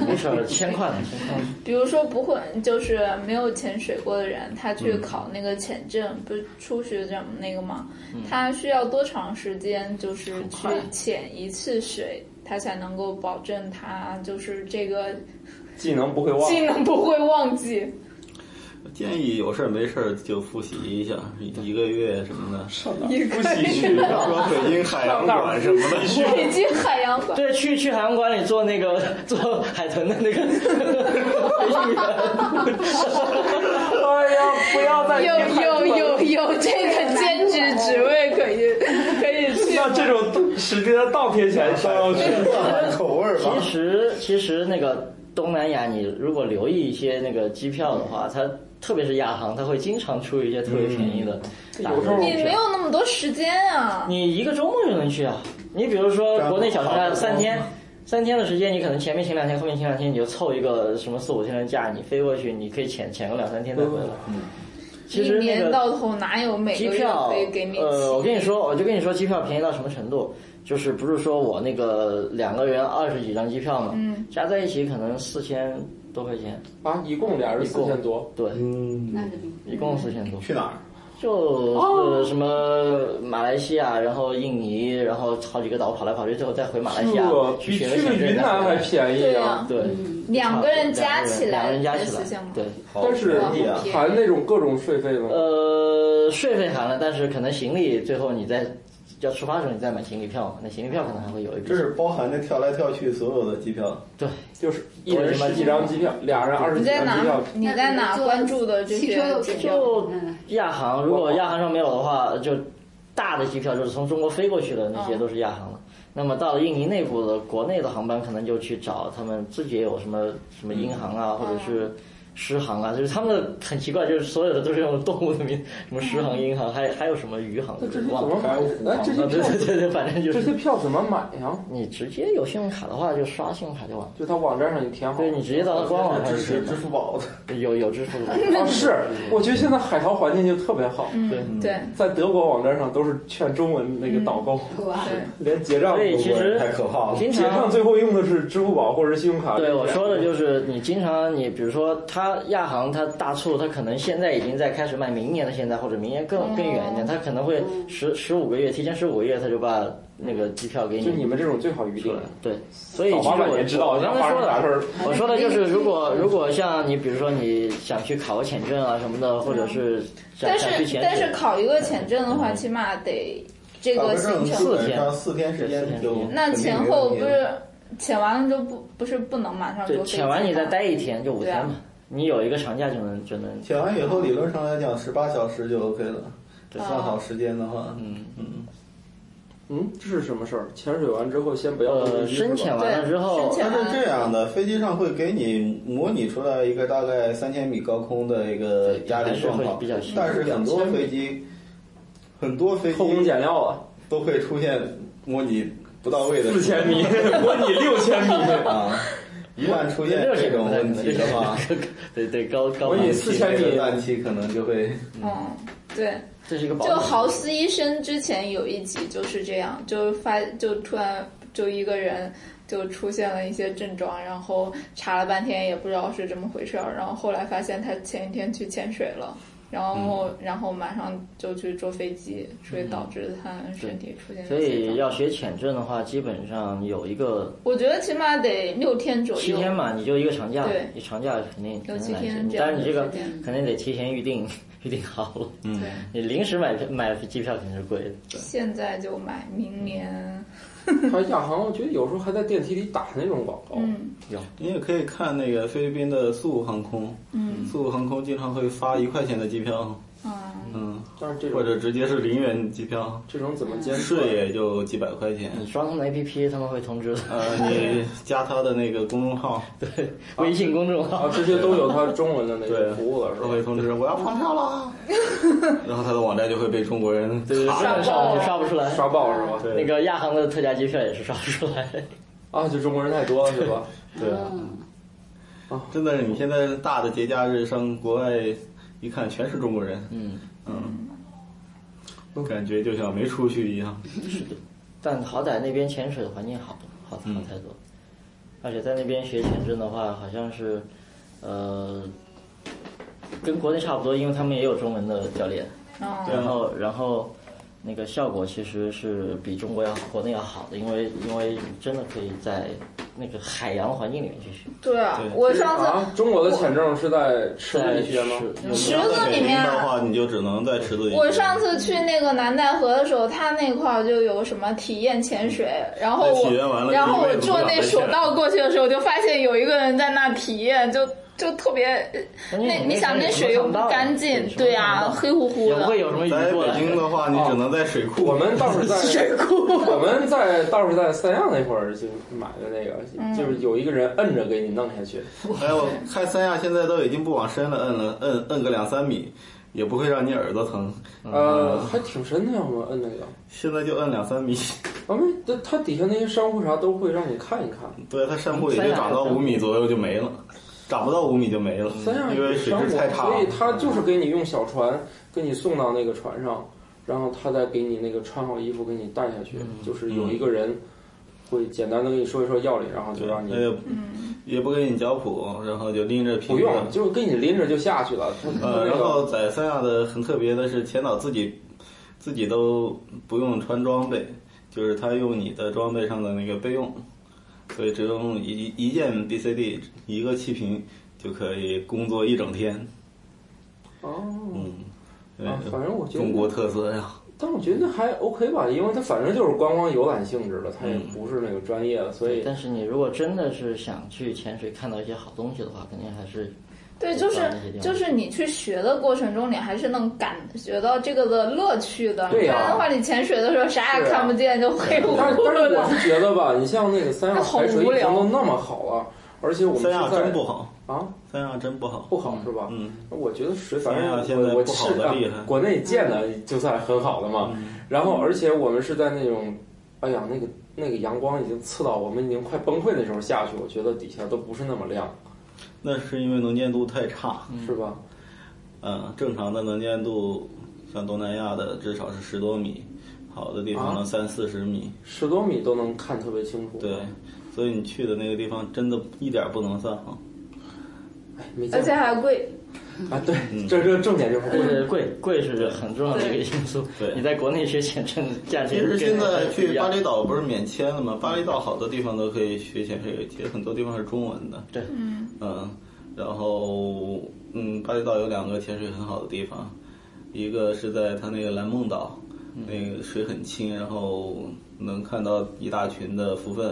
没事儿，千块千块。
比如说不会，就是没有潜水过的人，他去
嗯
考那个潜证，不是初学者那个吗？
嗯
他需要多长时间，就是去
快
潜一次水，他才能够保证他就是这个
技能不会忘
技。能不会忘记？
建议有事儿没事儿就复习一下，一个月什么的。
上哪儿不唏嘘
比如说北京海洋馆什么的，
北京海洋 馆。
对，去去海洋馆里做那个做海豚的那个运动员。
哎呀，不要再
有
提海豚
有
了
有有这个兼职职位可以可以去
像这种史蒂德倒贴钱都要去。
口味儿吧
其实其实那个东南亚，你如果留意一些那个机票的话，它特别是亚航，它会经常出一些特别便宜的打折
有时候
机
你
票
没有那么多时间啊。
你一个周末就能去啊。你比如说国内小长假三天，三天的时间，你可能前面请两天，后面请两天，你就凑一个什么四五天的假，你飞过去，你可以潜潜个两三天再回来。嗯，其实
一
那
年
个
到头哪有每
机
个月
票
可以给你
呃，我
请
跟你说，我就跟你说，机票便宜到什么程度？就是不是说我那个两个人二十几张机票嘛，
嗯
加在一起可能四千多块钱，
啊，一共俩人
一
四
共
千多，
对，
那是
一共四千多，
去哪儿？
哦
就是呃什么马来西亚，然后印尼，然后好几个岛跑来跑去，最后再回马来西亚
这
去
啊比去
学个签证
云南还便宜
对
啊
啊！
对，
两个人加起
两个
来
人加
才
起
四
来
千块，
对，
好
但是
便宜啊！
含那种各种税费吗？
呃，税费含了，但是可能行李最后你再要出发的时候你再买行李票嘛，那行李票可能还会有一笔
这。是包含着跳来跳去所有的机票，
对，
就是一人十几张机票，俩人二十
你
几
在
张机
哪
票，？
你在哪关注的这
汽
些
车又
指
便宜
标？
就
嗯
亚航，如果亚航上没有的话，就大的机票就是从中国飞过去的那些
嗯
都是亚航的。那么到了印尼内部的国内的航班，可能就去找他们自己也有什么什么银行啊，或者是狮航啊，就是他们的很奇怪，就是所有的都是用动物的名，什么狮航、银航，还还有什么余航，
那这些怎
忘了
么。买？哎，这些
啊，对
票
对对对，反正就
这
是
些票怎么买呀？
你直接有信用卡的话，就刷信用卡就完了。
就他网站上你填好。
对你直接到他官网上
支
去
持支付宝的。
买，有有支付宝。
啊，是，我觉得现在海淘环境就特别好，
对
嗯，对
在德国网站上都是全中文那个导购，
哇，
对。
连结账
所以
都
其实
太可怕了
经
结
常
账最后用的是支付宝或者是信用卡。
对我说的就是你经常你比如说它亚航它大促它可能现在已经在开始卖明年的现在或者明年
嗯
更更远一点，它可能会十十五个月提前十五个月它就把那个机票给
就你
你。
们这种最好预定，
对，所以
早
其实
八晚
我
年知道
我刚
要发
才说
生啥事
了，
儿。
我说的就是如果如果像你比如说你想去考个签证啊什么的，或者是想
嗯但
想去
是
潜
但
水
是考一个签证的话，起码得这
考
个
证
行
基
程，
本上四天时间就
那
肯定
前
没
后
问题
不
了
是潜完了就不不是不能马上就
对，
飞
潜完你
机吗
再待一天，就五
对啊
天嘛。你有一个长假就能就能，
写完以后，理论上来讲，十八小时就 OK 了。
啊
算好时间的话，
嗯，
嗯，
嗯，这是什么事儿？潜水完之后先不要动
呃，
这些
深潜完了之后
对，
它是这样的，飞机上会给你模拟出来一个大概三千米高空的一个压力状况
还是会比较辛，苦
但是很多飞机，很多飞
偷工
机
减料啊，
都会出现模拟不到位的
四千米，模拟六千 米，
啊。一旦出现
热
这
水
种问题的 话，，
对对高高
我
档
以
次，
四千米
氮气可能就会
嗯，对，
这是一个保
就
险
豪斯医生之前有一集就是这样，就发就突然就一个人就出现了一些症状，然后查了半天也不知道是怎么回事儿，然后后来发现他前一天去潜水了。然后，
嗯
然后马上就去坐飞机，所以导致他身体出现这
所
些症状。
以要学潜证的话，基本上有一个
我觉得起码得六天左右。
七天嘛，你就一个长假
对，
你长假肯定
有
肯
七
定难
天
行
这，样
但是你这个
的时间
肯定得提前预定 预定好了，
对，
你临时买买机票肯定是贵的，对
现在就买，明年。
他亚航，我觉得有时候还在电梯里打那种广告。
嗯
你也可以看那个菲律宾的速航空，
嗯
速航空经常会发一块钱的机票，
啊，
嗯，
但是这
或
种
者直接是零元机票，
这种怎么监测呀？
税也就几百块钱。
你装他们 APP，他们会通知的，
呃，你加他的那个公众号，
对，微信公众号
啊，。这些都有它中文的那
对
个，服务了，是
他
吧？
会通知我要放票 啦，然后他的网站就会被中国人
对，
卡
上上也刷不出来，
刷爆是吧？
对
那个亚航的特价机票也是刷不出来。
啊，就中国人太多了，是吧？
对啊
嗯，
哦
真的，你现在大的节假日上国外一看，全是中国人，
嗯，
嗯，
嗯
感觉就像没出去一样。
但好歹那边潜水的环境好，好好
嗯
太多。而且在那边学潜证的话，好像是，呃，跟国内差不多，因为他们也有中文的教练。
哦
啊
然后，然后那个效果其实是比中国要国内要好的，因为因为你真的可以在那个海洋环境里面去学。
对啊
对
我上次
啊，中国的签证是在池子
在
里学吗？
池子里面
的
啊，
话，你就只能在池子里。
我上次去那个南戴河的时候，他那块儿就有什么体验潜水，然后
嗯体验完
我
了
然后
你以为
我
你不
坐
敢
那
再
索
潜
道过去的时候，就发现有一个人在那体验，就就特别
关键
那
你
你想那水又不干净，对
呀、
啊，黑乎乎
也不
的
会。有什么鱼
在
过
北
来。
京的话，你只能在水库。
哦我们 倒是在我们在倒是在三亚那会儿就买的那个，
嗯
就是有一个人摁着给你弄下去，
哎，我看三亚现在都已经不往深了摁了，摁摁个两三米，也不会让你耳朵疼。
呃，还挺深的，要么摁那个。
现在就摁两三米，
啊没，它它底下那些珊瑚啥都会让你看一看。
对，它珊瑚
嗯
也就长到五米左右就没了，长不到五米就没了
三亚，
因为
有
水
珊瑚
质太差了。
所以它就是给你用小船给你送到那个船上，然后他再给你那个穿好衣服给你带下去，
嗯
就是有一个人会简单的跟你说一说要领，然后就让你嗯
他也呃也不给你脚蹼，然后就拎着瓶
不
子。
用，就是跟你拎着就下去了。他
呃，
那
然
个
后在三亚的很特别的是，前导自己自己都不用穿装备，就是他用你的装备上的那个备用，所以只用一一件 BCD 一个气瓶就可以工作一整天。
哦，
嗯，对
啊，反正我觉得
中国特色呀，
但我觉得还 OK 吧，因为它反正就是观光游览性质的，它
嗯
也不是那个专业的，所以
但是你如果真的是想去潜水看到一些好东西的话，肯定还是
对，就是
那些地方
就是你去学的过程中，你还是能感觉到这个的乐趣的。
对呀
不然的话，你潜水的时候啥也
是啊
看不见，就黑乎
但
乎
但是我
的。
是觉得吧，你像那个三亚
那好
海水已
无
经
聊
都那么好了，而且我们
三亚
是在
真不好，
啊
三亚真不好。
不好是吧？
嗯，
我觉得水反
三亚
正
哎现在
我我
不好
是
的
啊
厉害嗯
国内建的就算很好的嘛。然后而且我们是在那种，哎呀，那个那个阳光已经刺到我们已经快崩溃的时候下去，我觉得底下都不是那么亮，
那是因为能见度太差。
是吧？
嗯，正常的能见度，像东南亚的至少是十多米，好的地方
啊
能三四十米。
十多米都能看特别清楚。
对，所以你去的那个地方真的一点儿不能散啊。
哎，没见
而且还贵，
过啊，对，
嗯
这这重点就是
贵是贵贵是很重要的一个因素。
对
你在国内学潜水，价
其
钱
实
跟
现在
不一
去
样
巴厘岛不是免签了吗？巴厘岛好多地方都可以学潜水，其实很多地方是中文的。
对，
嗯，然后嗯，巴厘岛有两个潜水很好的地方，一个是在它那个蓝梦岛，
嗯
那个水很清，然后能看到一大群的蝠鲼，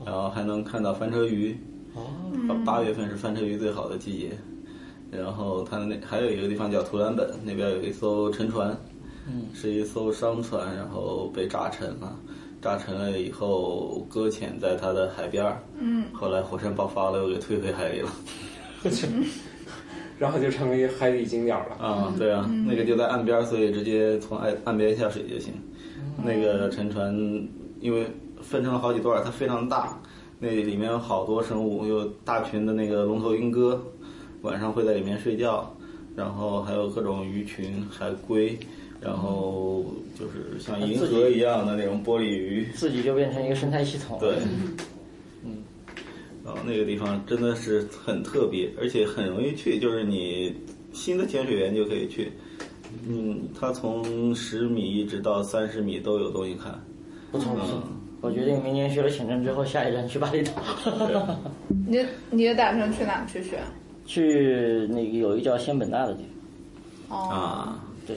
哦
然后还能看到翻车鱼。哦，八月份是翻车鱼最好的季节。然后它那还有一个地方叫图兰本，那边有一艘沉船，是一艘商船，然后被炸沉了。炸沉了以后，搁浅在它的海边儿。嗯。后来火山爆发了，又给推回海里了。
然后就成为海底景点 了。
啊，对啊，那个就在岸边儿，所以直接从岸岸边下水就行。那个沉船因为分成了好几段儿，它非常大，那里面有好多生物，有大群的那个龙头鹰哥，晚上会在里面睡觉，然后还有各种鱼群、海龟，然后就是像银河一样的那种玻璃鱼。
自己就变成一个生态系统。
对，嗯，然后那个地方真的是很特别，而且很容易去，就是你新的潜水员就可以去。嗯，它从十米一直到三十米都有东西看。
不错不
嗯
错。我决定明年学了潜证之后，下一站去巴厘岛。
你你打算去哪去学？
去那个有一个叫仙本那的地方，
哦，
啊，
对，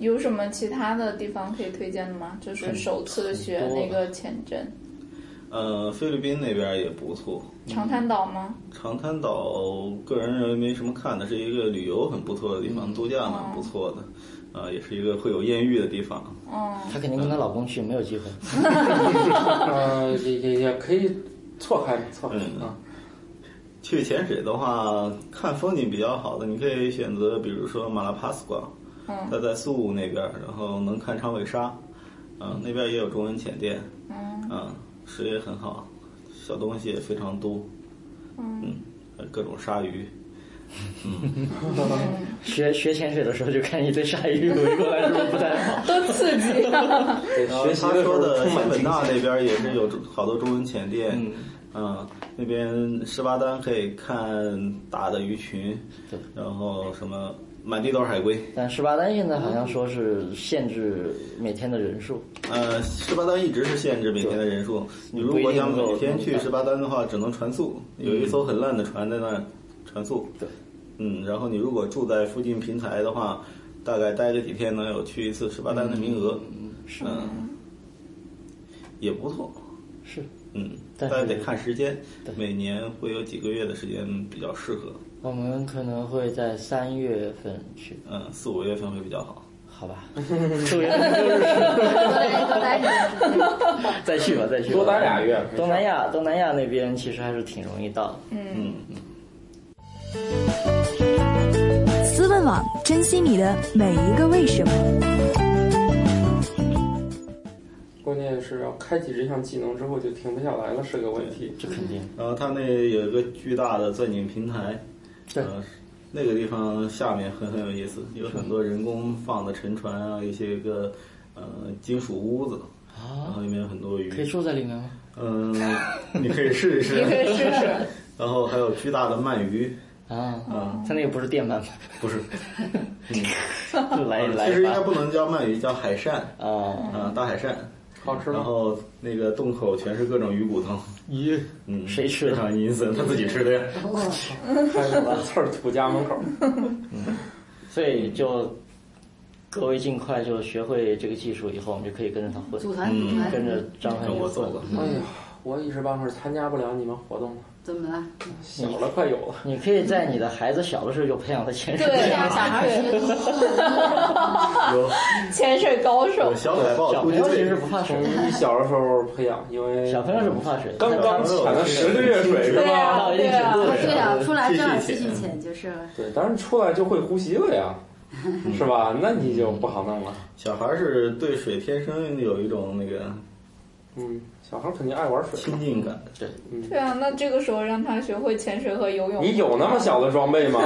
有什么其他的地方可以推荐的吗？就是首次学那个潜证，
呃，菲律宾那边也不错，
长滩岛吗？
长滩岛个人认为没什么看的，是一个旅游很不错的地方，度假蛮不错的，啊、也是一个会有艳遇的地方。
她肯定跟她老公去，没有机会。
呃，也也也可以错开嘛，错开
嗯
啊。
去潜水的话，看风景比较好的，你可以选择，比如说马拉帕斯瓜，它在宿务那边儿，然后能看长尾鲨，嗯、那边也有中文潜店，嗯、水也很好，小东西也非常多，嗯，呃各种鲨鱼，
学学潜水的时候就看一堆鲨鱼围过来，是不是不太好？
多刺激啊！
对，
然后
学习
他
的时
说
候
的
充
仙
满
本
惊
那
喜。
那边也是有好多中文潜店，嗯，那边十八单可以看大的鱼群，
对，
然后什么满地都是海龟。
但十八单现在好像说是限制每天的人数，
呃，十八单一直是限制每天的人数。你如果想每天去十八单的话，只能船宿。有一艘很烂的船在那儿船宿。
嗯对，
嗯，然后你如果住在附近平台的话，大概待个几天能有去一次十八单的名额。嗯，也不错。
是
嗯，
但
但
是
得看时间
对，
每年会有几个月的时间比较适合。
我们可能会在三月份去，
嗯，四五月份会比较好。
好吧？四五月份就是
多待多待一段时间
再去吧，再去吧。
多待俩月没事
东南亚，东南亚那边其实还是挺容易到的。
嗯。
思问网，珍惜你的每一个为什么。
关键是要开启这项技能之后就停不下来了，是个问题。
这肯定。
然后它那有一个巨大的钻井平台，
对
呃，那个地方下面很很有意思，有很多人工放的沉船啊，一些个呃金属屋子，然
啊，
后里面有很多鱼。
可以住在里面吗？
嗯，你可以试一试。
可以试试。
然后还有巨大的鳗鱼，
啊，
啊，
它那个不是电鳗吗？
不是，
就来
嗯
来
其实
一
应该
把
不能叫鳗鱼，叫海扇，
啊，
啊，大海扇。
好吃
然
吗？
后那个洞口全是各种鱼骨头，
咦，
嗯，
谁吃的
非常阴森，他自己吃的呀。
还有把刺儿吐家门口。
所以就各位尽快就学会这个技术以后，我们就可以跟着他混，
组团组
嗯
跟着
团，
张翰
跟我走吧
吧。。
哎呀，我一时半会儿参加不了你们活动了，
怎么了？
小了快有了。
你可以在你的孩子小的时候就培养他潜水。
对啊呀，小孩儿
有
潜水高手
有，小海豹
小
突
朋
击
友其
队
实，不怕水
从
的，
小的时候培养，因为嗯
小朋友是不怕水的。
刚刚
他
潜了十个月水是
对
吧？
啊
到一
对
定程度
啊
的时
对
候，
啊，出来正好
继
继
续
续
潜
潜就是了。
对，但是出来就会呼吸了呀，是吧？那你就不好弄了。
小孩是对水天生有一种那个
嗯，小孩儿肯定爱玩水
亲。近感。
对啊，那这个时候让他学会潜水和游泳，
你有那啊么小的装备吗？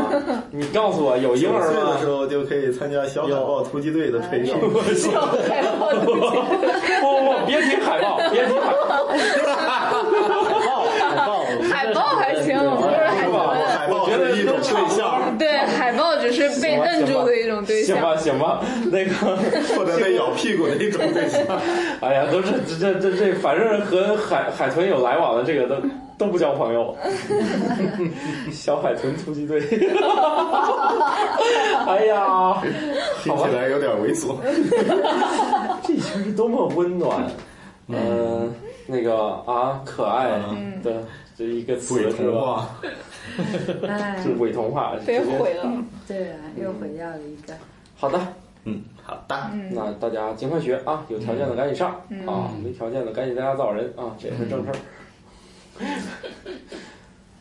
你告诉我，有婴
九
儿
岁的时
吗？
候就可以参加小海豹突击队的培训，
小海豹的
不不不，别提海报，别提海报，
海豹，
海豹还行，我
哎
们就是海
是
豚。
吧？
海豹是一种对 象，
对，海豹只是被摁住的一种对
行吧
象。
行吧，那个，
或者被咬屁股的一种对象。
哎呀，都是这这这这，反正和海海豚有来往的这个都都不交朋友。小海豚突击队， 哎呀，
听起来有点猥琐。
这群是多么温暖，嗯、那个啊，可爱
嗯
的这一个词
鬼
是
童
吧？
话，
哎
就，是伪童话，
被
直接
毁了，
对啊，又毁掉了一个。
好的，
嗯，好的，
那大家尽快学啊，有条件的赶紧上、啊，没条件的赶紧在家造人啊，这也是正事儿，
嗯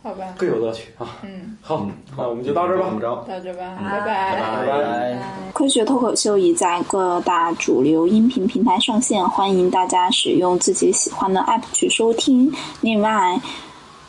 好吧，
各有乐趣啊。
嗯，
好，那我
我
们就到这儿吧
怎。么着？
到这吧，
好
拜
拜
拜
拜。
拜。
拜。
科学脱口秀已在各大主流音频平台上线，欢迎大家使用自己喜欢的 app 去收听。另外，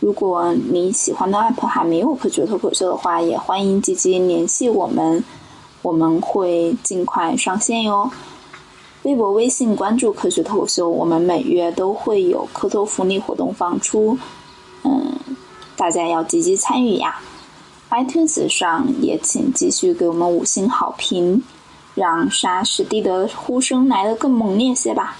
如果你喜欢的 app 还没有科学脱口秀的话，也欢迎积极联系我们，我们会尽快上线哟。微博、微信关注科学脱口秀，我们每月都会有科托福利活动放出，嗯，大家要积极参与呀。iTunes 上也请继续给我们五星好评，让沙士蒂的呼声来得更猛烈些吧。